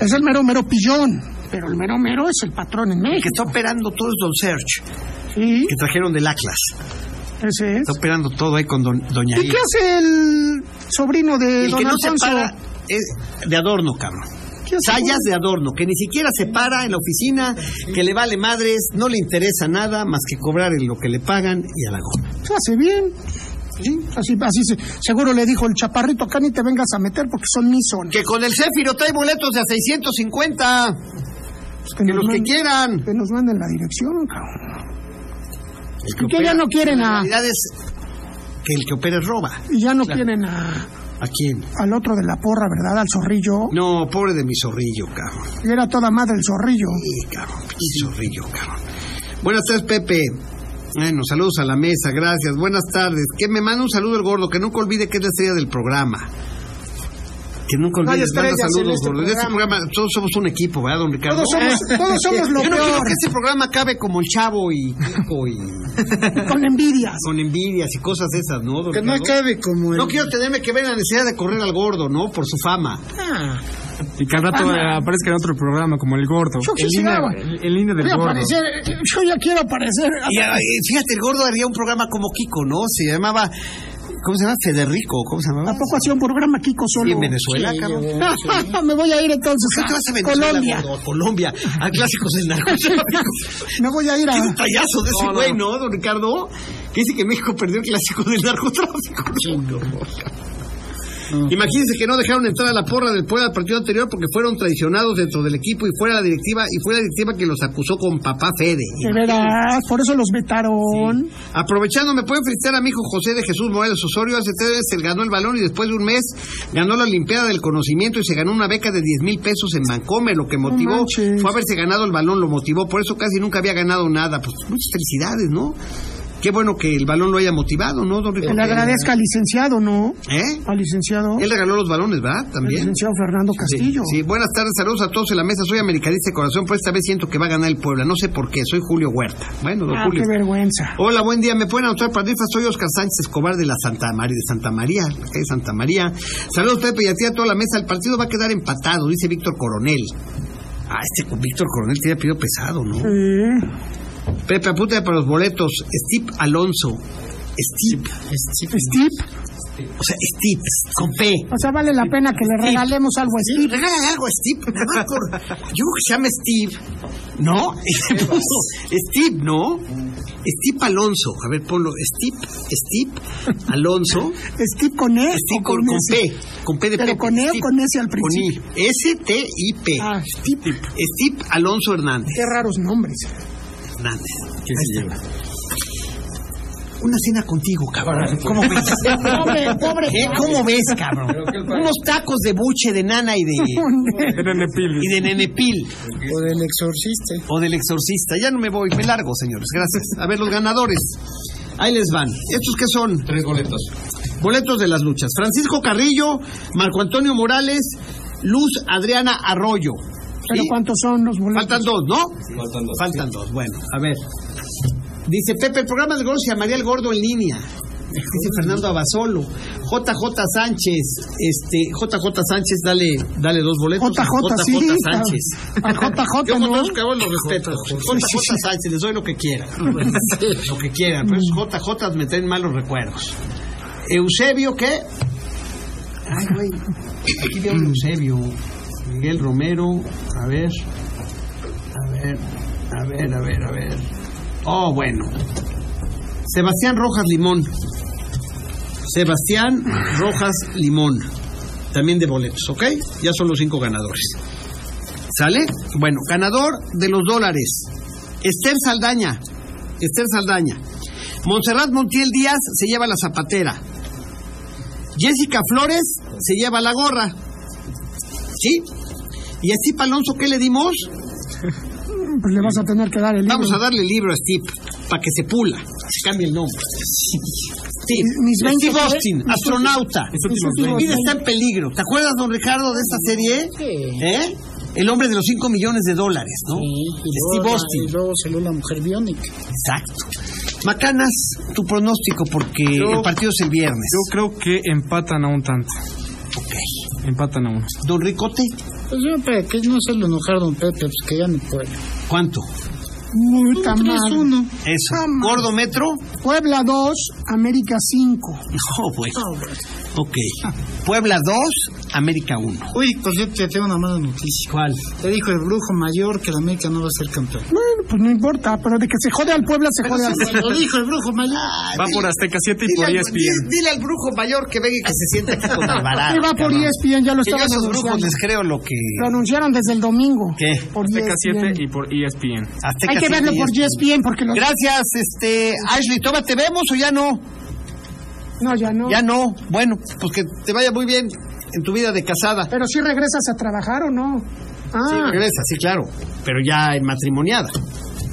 Speaker 5: Es el mero mero pillón. Pero el mero mero es el patrón en
Speaker 4: El que
Speaker 5: México.
Speaker 4: está operando todo es Don Serge,
Speaker 5: Sí,
Speaker 4: que trajeron del Atlas.
Speaker 5: ese es.
Speaker 4: Está operando todo ahí con don, Doña
Speaker 5: ¿Y
Speaker 4: Iris.
Speaker 5: qué hace el sobrino de
Speaker 4: El
Speaker 5: don
Speaker 4: que no se
Speaker 5: Alfonso?
Speaker 4: para es de adorno, cabrón.
Speaker 5: ¿Qué hace?
Speaker 4: Sayas de adorno, que ni siquiera se para en la oficina, que le vale madres, no le interesa nada más que cobrar en lo que le pagan y a la goma.
Speaker 5: Se hace bien. Sí, así, así se- seguro le dijo el chaparrito, acá ni te vengas a meter porque son mis son.
Speaker 4: Que con el Céfiro trae boletos de a 650,
Speaker 5: Pues
Speaker 4: que
Speaker 5: que, nos
Speaker 4: los que
Speaker 5: manden-
Speaker 4: quieran.
Speaker 5: que nos manden la dirección, cabrón.
Speaker 4: Pues
Speaker 5: Y que ya no quieren
Speaker 4: La
Speaker 5: a...
Speaker 4: realidad es que el que opera es roba.
Speaker 5: Y ya no quieren a,
Speaker 4: ¿A quién?
Speaker 5: al otro de la porra, ¿verdad? Al zorrillo.
Speaker 4: No, pobre de mi zorrillo, cabrón.
Speaker 5: Y era toda madre el zorrillo.
Speaker 4: Sí, cabrón, pinche zorrillo, cabrón. Buenas tardes, Pepe. Bueno, saludos a la mesa, gracias. Buenas tardes. Que me manda un saludo el gordo, que nunca olvide que es la estrella del programa. Que nunca
Speaker 5: No hay
Speaker 4: olvide, manda
Speaker 5: estrellas en
Speaker 4: saludos,
Speaker 5: este
Speaker 4: gordo. En este
Speaker 5: programa.
Speaker 4: programa todos somos un equipo, ¿verdad, don Ricardo?
Speaker 5: Todos somos, todos somos lo
Speaker 4: Yo no quiero
Speaker 5: peor,
Speaker 4: que este programa acabe como el chavo y Kiko y
Speaker 5: con envidias.
Speaker 4: con envidias y cosas de esas, ¿no? don
Speaker 7: Que no
Speaker 4: Ricardo?
Speaker 7: acabe como el...
Speaker 4: No quiero tenerme que ver la necesidad de correr al gordo, ¿no? Por su fama.
Speaker 7: Ah,
Speaker 8: Y que al rato eh, aparezca en otro programa, como El Gordo.
Speaker 5: Yo
Speaker 8: El línea,
Speaker 5: quisiera,
Speaker 8: el, el línea del
Speaker 5: Voy a
Speaker 8: Gordo.
Speaker 5: aparecer, yo ya quiero aparecer.
Speaker 4: Y, ay, fíjate, el gordo haría un programa como Kiko, ¿no? Se llamaba. ¿Cómo se llama? Federico. ¿Cómo se llamaba?
Speaker 5: ¿A poco hacía un programa Kiko
Speaker 4: Sí,
Speaker 5: solo?
Speaker 4: en Venezuela, cabrón.
Speaker 5: Me voy a ir entonces
Speaker 4: ¿Por qué te vas a Venezuela,
Speaker 5: Colombia.
Speaker 4: gordo? A Colombia, a clásicos del narcotráfico.
Speaker 5: Me voy a ir a...
Speaker 4: Es un payaso de ese güey, no. Don Ricardo? Que dice que México perdió el clásico del narcotráfico. Imagínense que no dejaron entrar a la porra del Puebla al partido anterior porque fueron traicionados dentro del equipo y fuera la directiva, y fue la directiva que los acusó con papá Fede.
Speaker 5: De veras, por eso los vetaron.
Speaker 4: Aprovechando, me pueden felicitar a mi hijo José de Jesús Morales Osorio. Hace tres veces él ganó el balón y después de un mes ganó la Olimpiada del Conocimiento y se ganó una beca de 10 mil pesos en Bancomer. Lo que motivó
Speaker 5: manches.
Speaker 4: fue haberse ganado el balón, lo motivó. Por eso casi nunca había ganado nada. Pues muchas felicidades, ¿no? Qué bueno que el balón lo haya motivado, ¿no, don Rico?
Speaker 5: Que le agradezca al licenciado, ¿no?
Speaker 4: ¿Eh?
Speaker 5: Al licenciado.
Speaker 4: Él regaló los balones, ¿verdad?
Speaker 5: al
Speaker 4: También.
Speaker 5: licenciado Fernando Castillo.
Speaker 4: Sí, sí. buenas tardes, saludos a todos en la mesa. Soy americanista de corazón, pero esta vez siento que va a ganar el Puebla. No sé por qué, soy Julio Huerta. Bueno, don
Speaker 5: Ah,
Speaker 4: Julio.
Speaker 5: qué vergüenza.
Speaker 4: Hola, buen día. ¿Me pueden anotar para rifas? Soy Oscar Sánchez Escobar de la Santa María, de Santa María, la calle Santa María. Saludos, Pepe, y a ti a toda la mesa. El partido va a quedar empatado, dice Víctor Coronel. Ah, este Víctor Coronel tiene apellido pesado, ¿no?
Speaker 5: Sí.
Speaker 4: Pepe, apunta para los boletos. Steve Alonso. Steve. Steve.
Speaker 5: Steve,
Speaker 4: O sea, Steve, con P.
Speaker 5: o sea, vale la pena que le regalemos algo a
Speaker 4: Steve,
Speaker 5: Steve.
Speaker 4: regálale algo a Steve. nada más por- Yo creo que se llama Steve. ¿No? Y se puso Steve, ¿no? Steve Alonso. A ver, ponlo. Steve, Steve Alonso.
Speaker 5: Steve con E
Speaker 4: Steve
Speaker 5: o
Speaker 4: con, con
Speaker 5: S.
Speaker 4: P. Con P de
Speaker 5: Pero
Speaker 4: Pepe,
Speaker 5: con E o
Speaker 4: Steve.
Speaker 5: con S al
Speaker 4: Con I.
Speaker 5: principio.
Speaker 4: S-T-I-P.
Speaker 5: Ah, Steve.
Speaker 4: Steve Alonso Hernández.
Speaker 5: Qué raros nombres.
Speaker 4: Hernández. Ahí está. Una cena contigo, cabrón. ¿Cómo ves?
Speaker 5: Pobre, pobre.
Speaker 4: ¿Eh? ¿Cómo ves, cabrón? Unos tacos de buche, de nana y de...
Speaker 8: Era Nepil.
Speaker 4: y de Nenepil
Speaker 7: O del exorcista.
Speaker 4: o del exorcista. Ya no me voy, me largo, señores. Gracias. A ver, los ganadores. Ahí les van. ¿Estos qué son?
Speaker 9: Tres boletos.
Speaker 4: Boletos de las luchas. Francisco Carrillo, Marco Antonio Morales, Luz Adriana Arroyo.
Speaker 5: Pero
Speaker 4: ¿Sí?
Speaker 5: ¿cuántos son los boletos?
Speaker 4: Faltan dos, ¿no?
Speaker 9: Faltan dos.
Speaker 4: Faltan dos. Bueno, a ver. Dice Pepe, el programa del gordo se llamaría El Gordo en línea. Dice Fernando Abasolo, JJ Sánchez, este, JJ Sánchez, dale, dale dos boletos.
Speaker 5: JJ, sí.
Speaker 4: Sánchez.
Speaker 5: A JJ,
Speaker 4: Yo con
Speaker 5: ¿no?
Speaker 4: todos los cabos los respeto. JJ Sánchez, les doy lo que quieran. Lo que quieran. Pero esos JJ me traen malos recuerdos. Eusebio, ¿qué? Ay, güey. Aquí veo un Eusebio. Miguel Romero. A ver. A ver. A ver, a ver, a ver. Oh, bueno. Sebastián Rojas Limón. Sebastián Rojas Limón. También de boletos, ¿ok? Ya son los cinco ganadores. ¿Sale? Bueno, ganador de los dólares. Esther Saldaña. Esther Saldaña. Montserrat Montiel Díaz se lleva la zapatera. Jessica Flores se lleva la gorra. ¿Sí? Y a Steve Alonso, ¿qué le dimos?
Speaker 5: Pues le vas a tener que dar el libro.
Speaker 4: Vamos a darle el libro a Steve para que se pula, se cambie el nombre. Steve,
Speaker 5: Mis veinte-
Speaker 4: Steve Austin, astronauta.
Speaker 5: últimos
Speaker 4: Mi vida
Speaker 5: veinte.
Speaker 4: está en peligro. ¿Te acuerdas, don Ricardo, de esta serie?
Speaker 7: Sí.
Speaker 4: ¿Eh? El hombre de los 5 millones de dólares, ¿no?
Speaker 7: y,
Speaker 4: Steve
Speaker 7: luego,
Speaker 4: Austin.
Speaker 7: y luego salió la mujer biónica.
Speaker 4: Exacto. Macanas, tu pronóstico, porque
Speaker 8: Yo-
Speaker 4: el partido es el viernes.
Speaker 8: Yo creo que empatan a un tanto. Empatan a uno.
Speaker 4: Don Ricote,
Speaker 7: Pues yo, para que no hacerlo enojar a don Pepe, pues que gane Puebla.
Speaker 4: ¿cuánto?
Speaker 5: Puta madre.
Speaker 7: uno.
Speaker 4: Eso.
Speaker 5: Ah,
Speaker 4: ¿Gordo metro?
Speaker 5: Puebla 2, América 5.
Speaker 4: No, pues. Ok.
Speaker 5: Ah.
Speaker 4: Puebla 2, América 1.
Speaker 7: Uy, por cierto, te tengo una mala noticia.
Speaker 4: ¿Cuál?
Speaker 7: Te dijo el brujo mayor que la América no va a ser campeón.
Speaker 5: Bueno, pues no importa, pero de que se jode al Puebla, se jode al Puebla.
Speaker 7: Lo dijo el brujo mayor.
Speaker 8: Va por Azteca 7 y por E
Speaker 4: al,
Speaker 8: 10
Speaker 4: dile- dile al brujo mayor que venga y que se sienta aquí con Alvarado.
Speaker 5: Y va por E
Speaker 4: cabrón.
Speaker 5: ESPN, ya lo
Speaker 4: Que yo a
Speaker 5: estaban
Speaker 4: esos brujos
Speaker 5: anunciando.
Speaker 4: les creo lo que.
Speaker 5: Lo anunciaron desde el domingo.
Speaker 4: ¿Qué?
Speaker 5: Por E
Speaker 8: Azteca 7
Speaker 5: ESPN.
Speaker 8: y por E ESPN.
Speaker 4: Azteca
Speaker 5: Hay que verlo por E
Speaker 4: 7 y- E
Speaker 5: ESPN porque lo...
Speaker 4: Gracias, este. Ashley, ¿toma te vemos o ya no?
Speaker 5: No, ya no.
Speaker 4: Ya no. Bueno, pues que te vaya muy bien en tu vida de casada.
Speaker 5: Pero si regresas a trabajar o no.
Speaker 4: Sí,
Speaker 5: Ah,
Speaker 4: regresa, sí, claro. Pero ya en matrimoniada.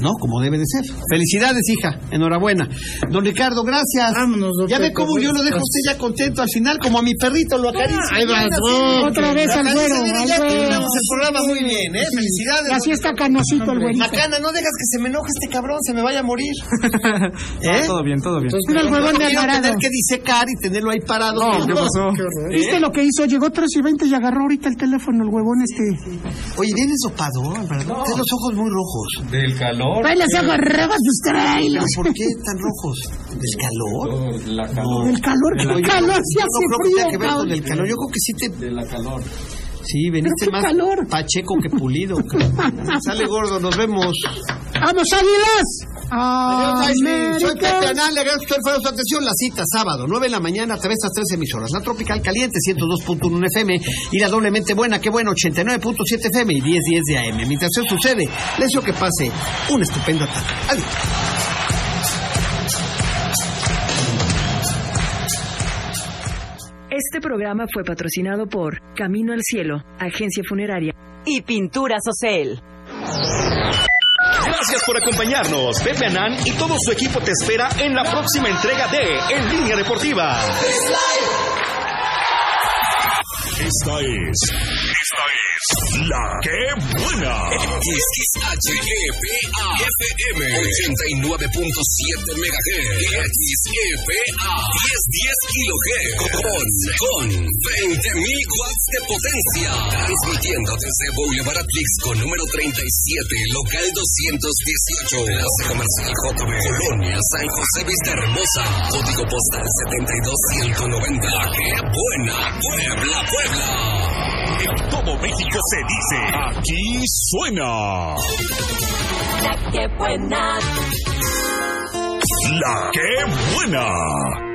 Speaker 4: ¿No? Como debe de ser. Felicidades, hija. Enhorabuena. Don Ricardo, gracias.
Speaker 7: Vámonos, don
Speaker 4: Ya ve
Speaker 7: Pepe,
Speaker 4: cómo yo lo dejo a
Speaker 7: gracias.
Speaker 4: usted ya contento al final, como a mi perrito lo acaricia.
Speaker 7: Ah, ahí va,
Speaker 4: Mira,
Speaker 7: don.
Speaker 4: sí,
Speaker 5: Otra vez
Speaker 4: lo
Speaker 5: al
Speaker 4: acaricia,
Speaker 5: güero,
Speaker 4: mira,
Speaker 5: al
Speaker 4: Ya
Speaker 5: güero.
Speaker 4: terminamos el programa muy bien, ¿eh? Felicidades.
Speaker 5: y así
Speaker 4: don
Speaker 5: está canosito el güerito.
Speaker 4: Macana, no dejas que se me enoje este cabrón, se me vaya a morir. ¿Eh?
Speaker 8: Todo bien, todo bien.
Speaker 5: Mira Ah, el huevón de
Speaker 4: Quiero
Speaker 5: Alvarado.
Speaker 4: tener que disecar y tenerlo ahí parado.
Speaker 8: ¿Qué pasó?
Speaker 5: ¿Viste lo que hizo? Llegó 3 y 20 y agarró ahorita el teléfono, el huevón este.
Speaker 4: Oye, viene sopado, Alvarado. Tienes los ojos muy rojos.
Speaker 9: Del calor.
Speaker 5: Trae los ojos rojos, pues tráelos.
Speaker 4: ¿Por qué tan rojos? ¿Del calor?
Speaker 9: todo, La calor.
Speaker 5: El calor,
Speaker 4: Yo
Speaker 5: qué
Speaker 4: creo-
Speaker 5: calor, si
Speaker 4: yo
Speaker 5: hace
Speaker 4: creo que tenga que
Speaker 5: frío,
Speaker 4: ver con
Speaker 5: cabrón.
Speaker 4: el calor. Yo creo que sí te
Speaker 9: De la calor.
Speaker 4: Sí, veniste
Speaker 5: qué
Speaker 4: más
Speaker 5: calor.
Speaker 4: pacheco que pulido. cabrón. Sale gordo, nos vemos.
Speaker 5: ¡Vamos, águilas!
Speaker 4: Adiós, Aisli. Soy
Speaker 5: América.
Speaker 4: Pepe Anal, le agradezco usted por su atención. La cita, sábado, 9 de la mañana, a través de las 13 emisoras. La Tropical Caliente, 102.1 FM. Y la doblemente buena, qué bueno, 89.7 FM y 10.10 de AM. Mientras eso sucede, les deseo que pase una estupenda tarde. Adiós.
Speaker 1: Este programa fue patrocinado por Camino al Cielo, agencia funeraria.
Speaker 2: y Pinturas Ocel.
Speaker 3: Gracias por acompañarnos. Pepe Anán y todo su equipo te espera en la próxima entrega de En Línea Deportiva.
Speaker 6: Esta es. Esta es. La que buena.
Speaker 10: XHEPA FM 89.7 MHz XEPA 1010 kHz con, con 20.000 watts de potencia transmitiendo desde Boulevard Atlixco número 37 local 218 enlace comercial JB Colonia San José Vista Hermosa código postal 72190 ¡Qué buena Puebla Puebla!
Speaker 6: En todo México se dice. Aquí suena. La que buena. La que buena.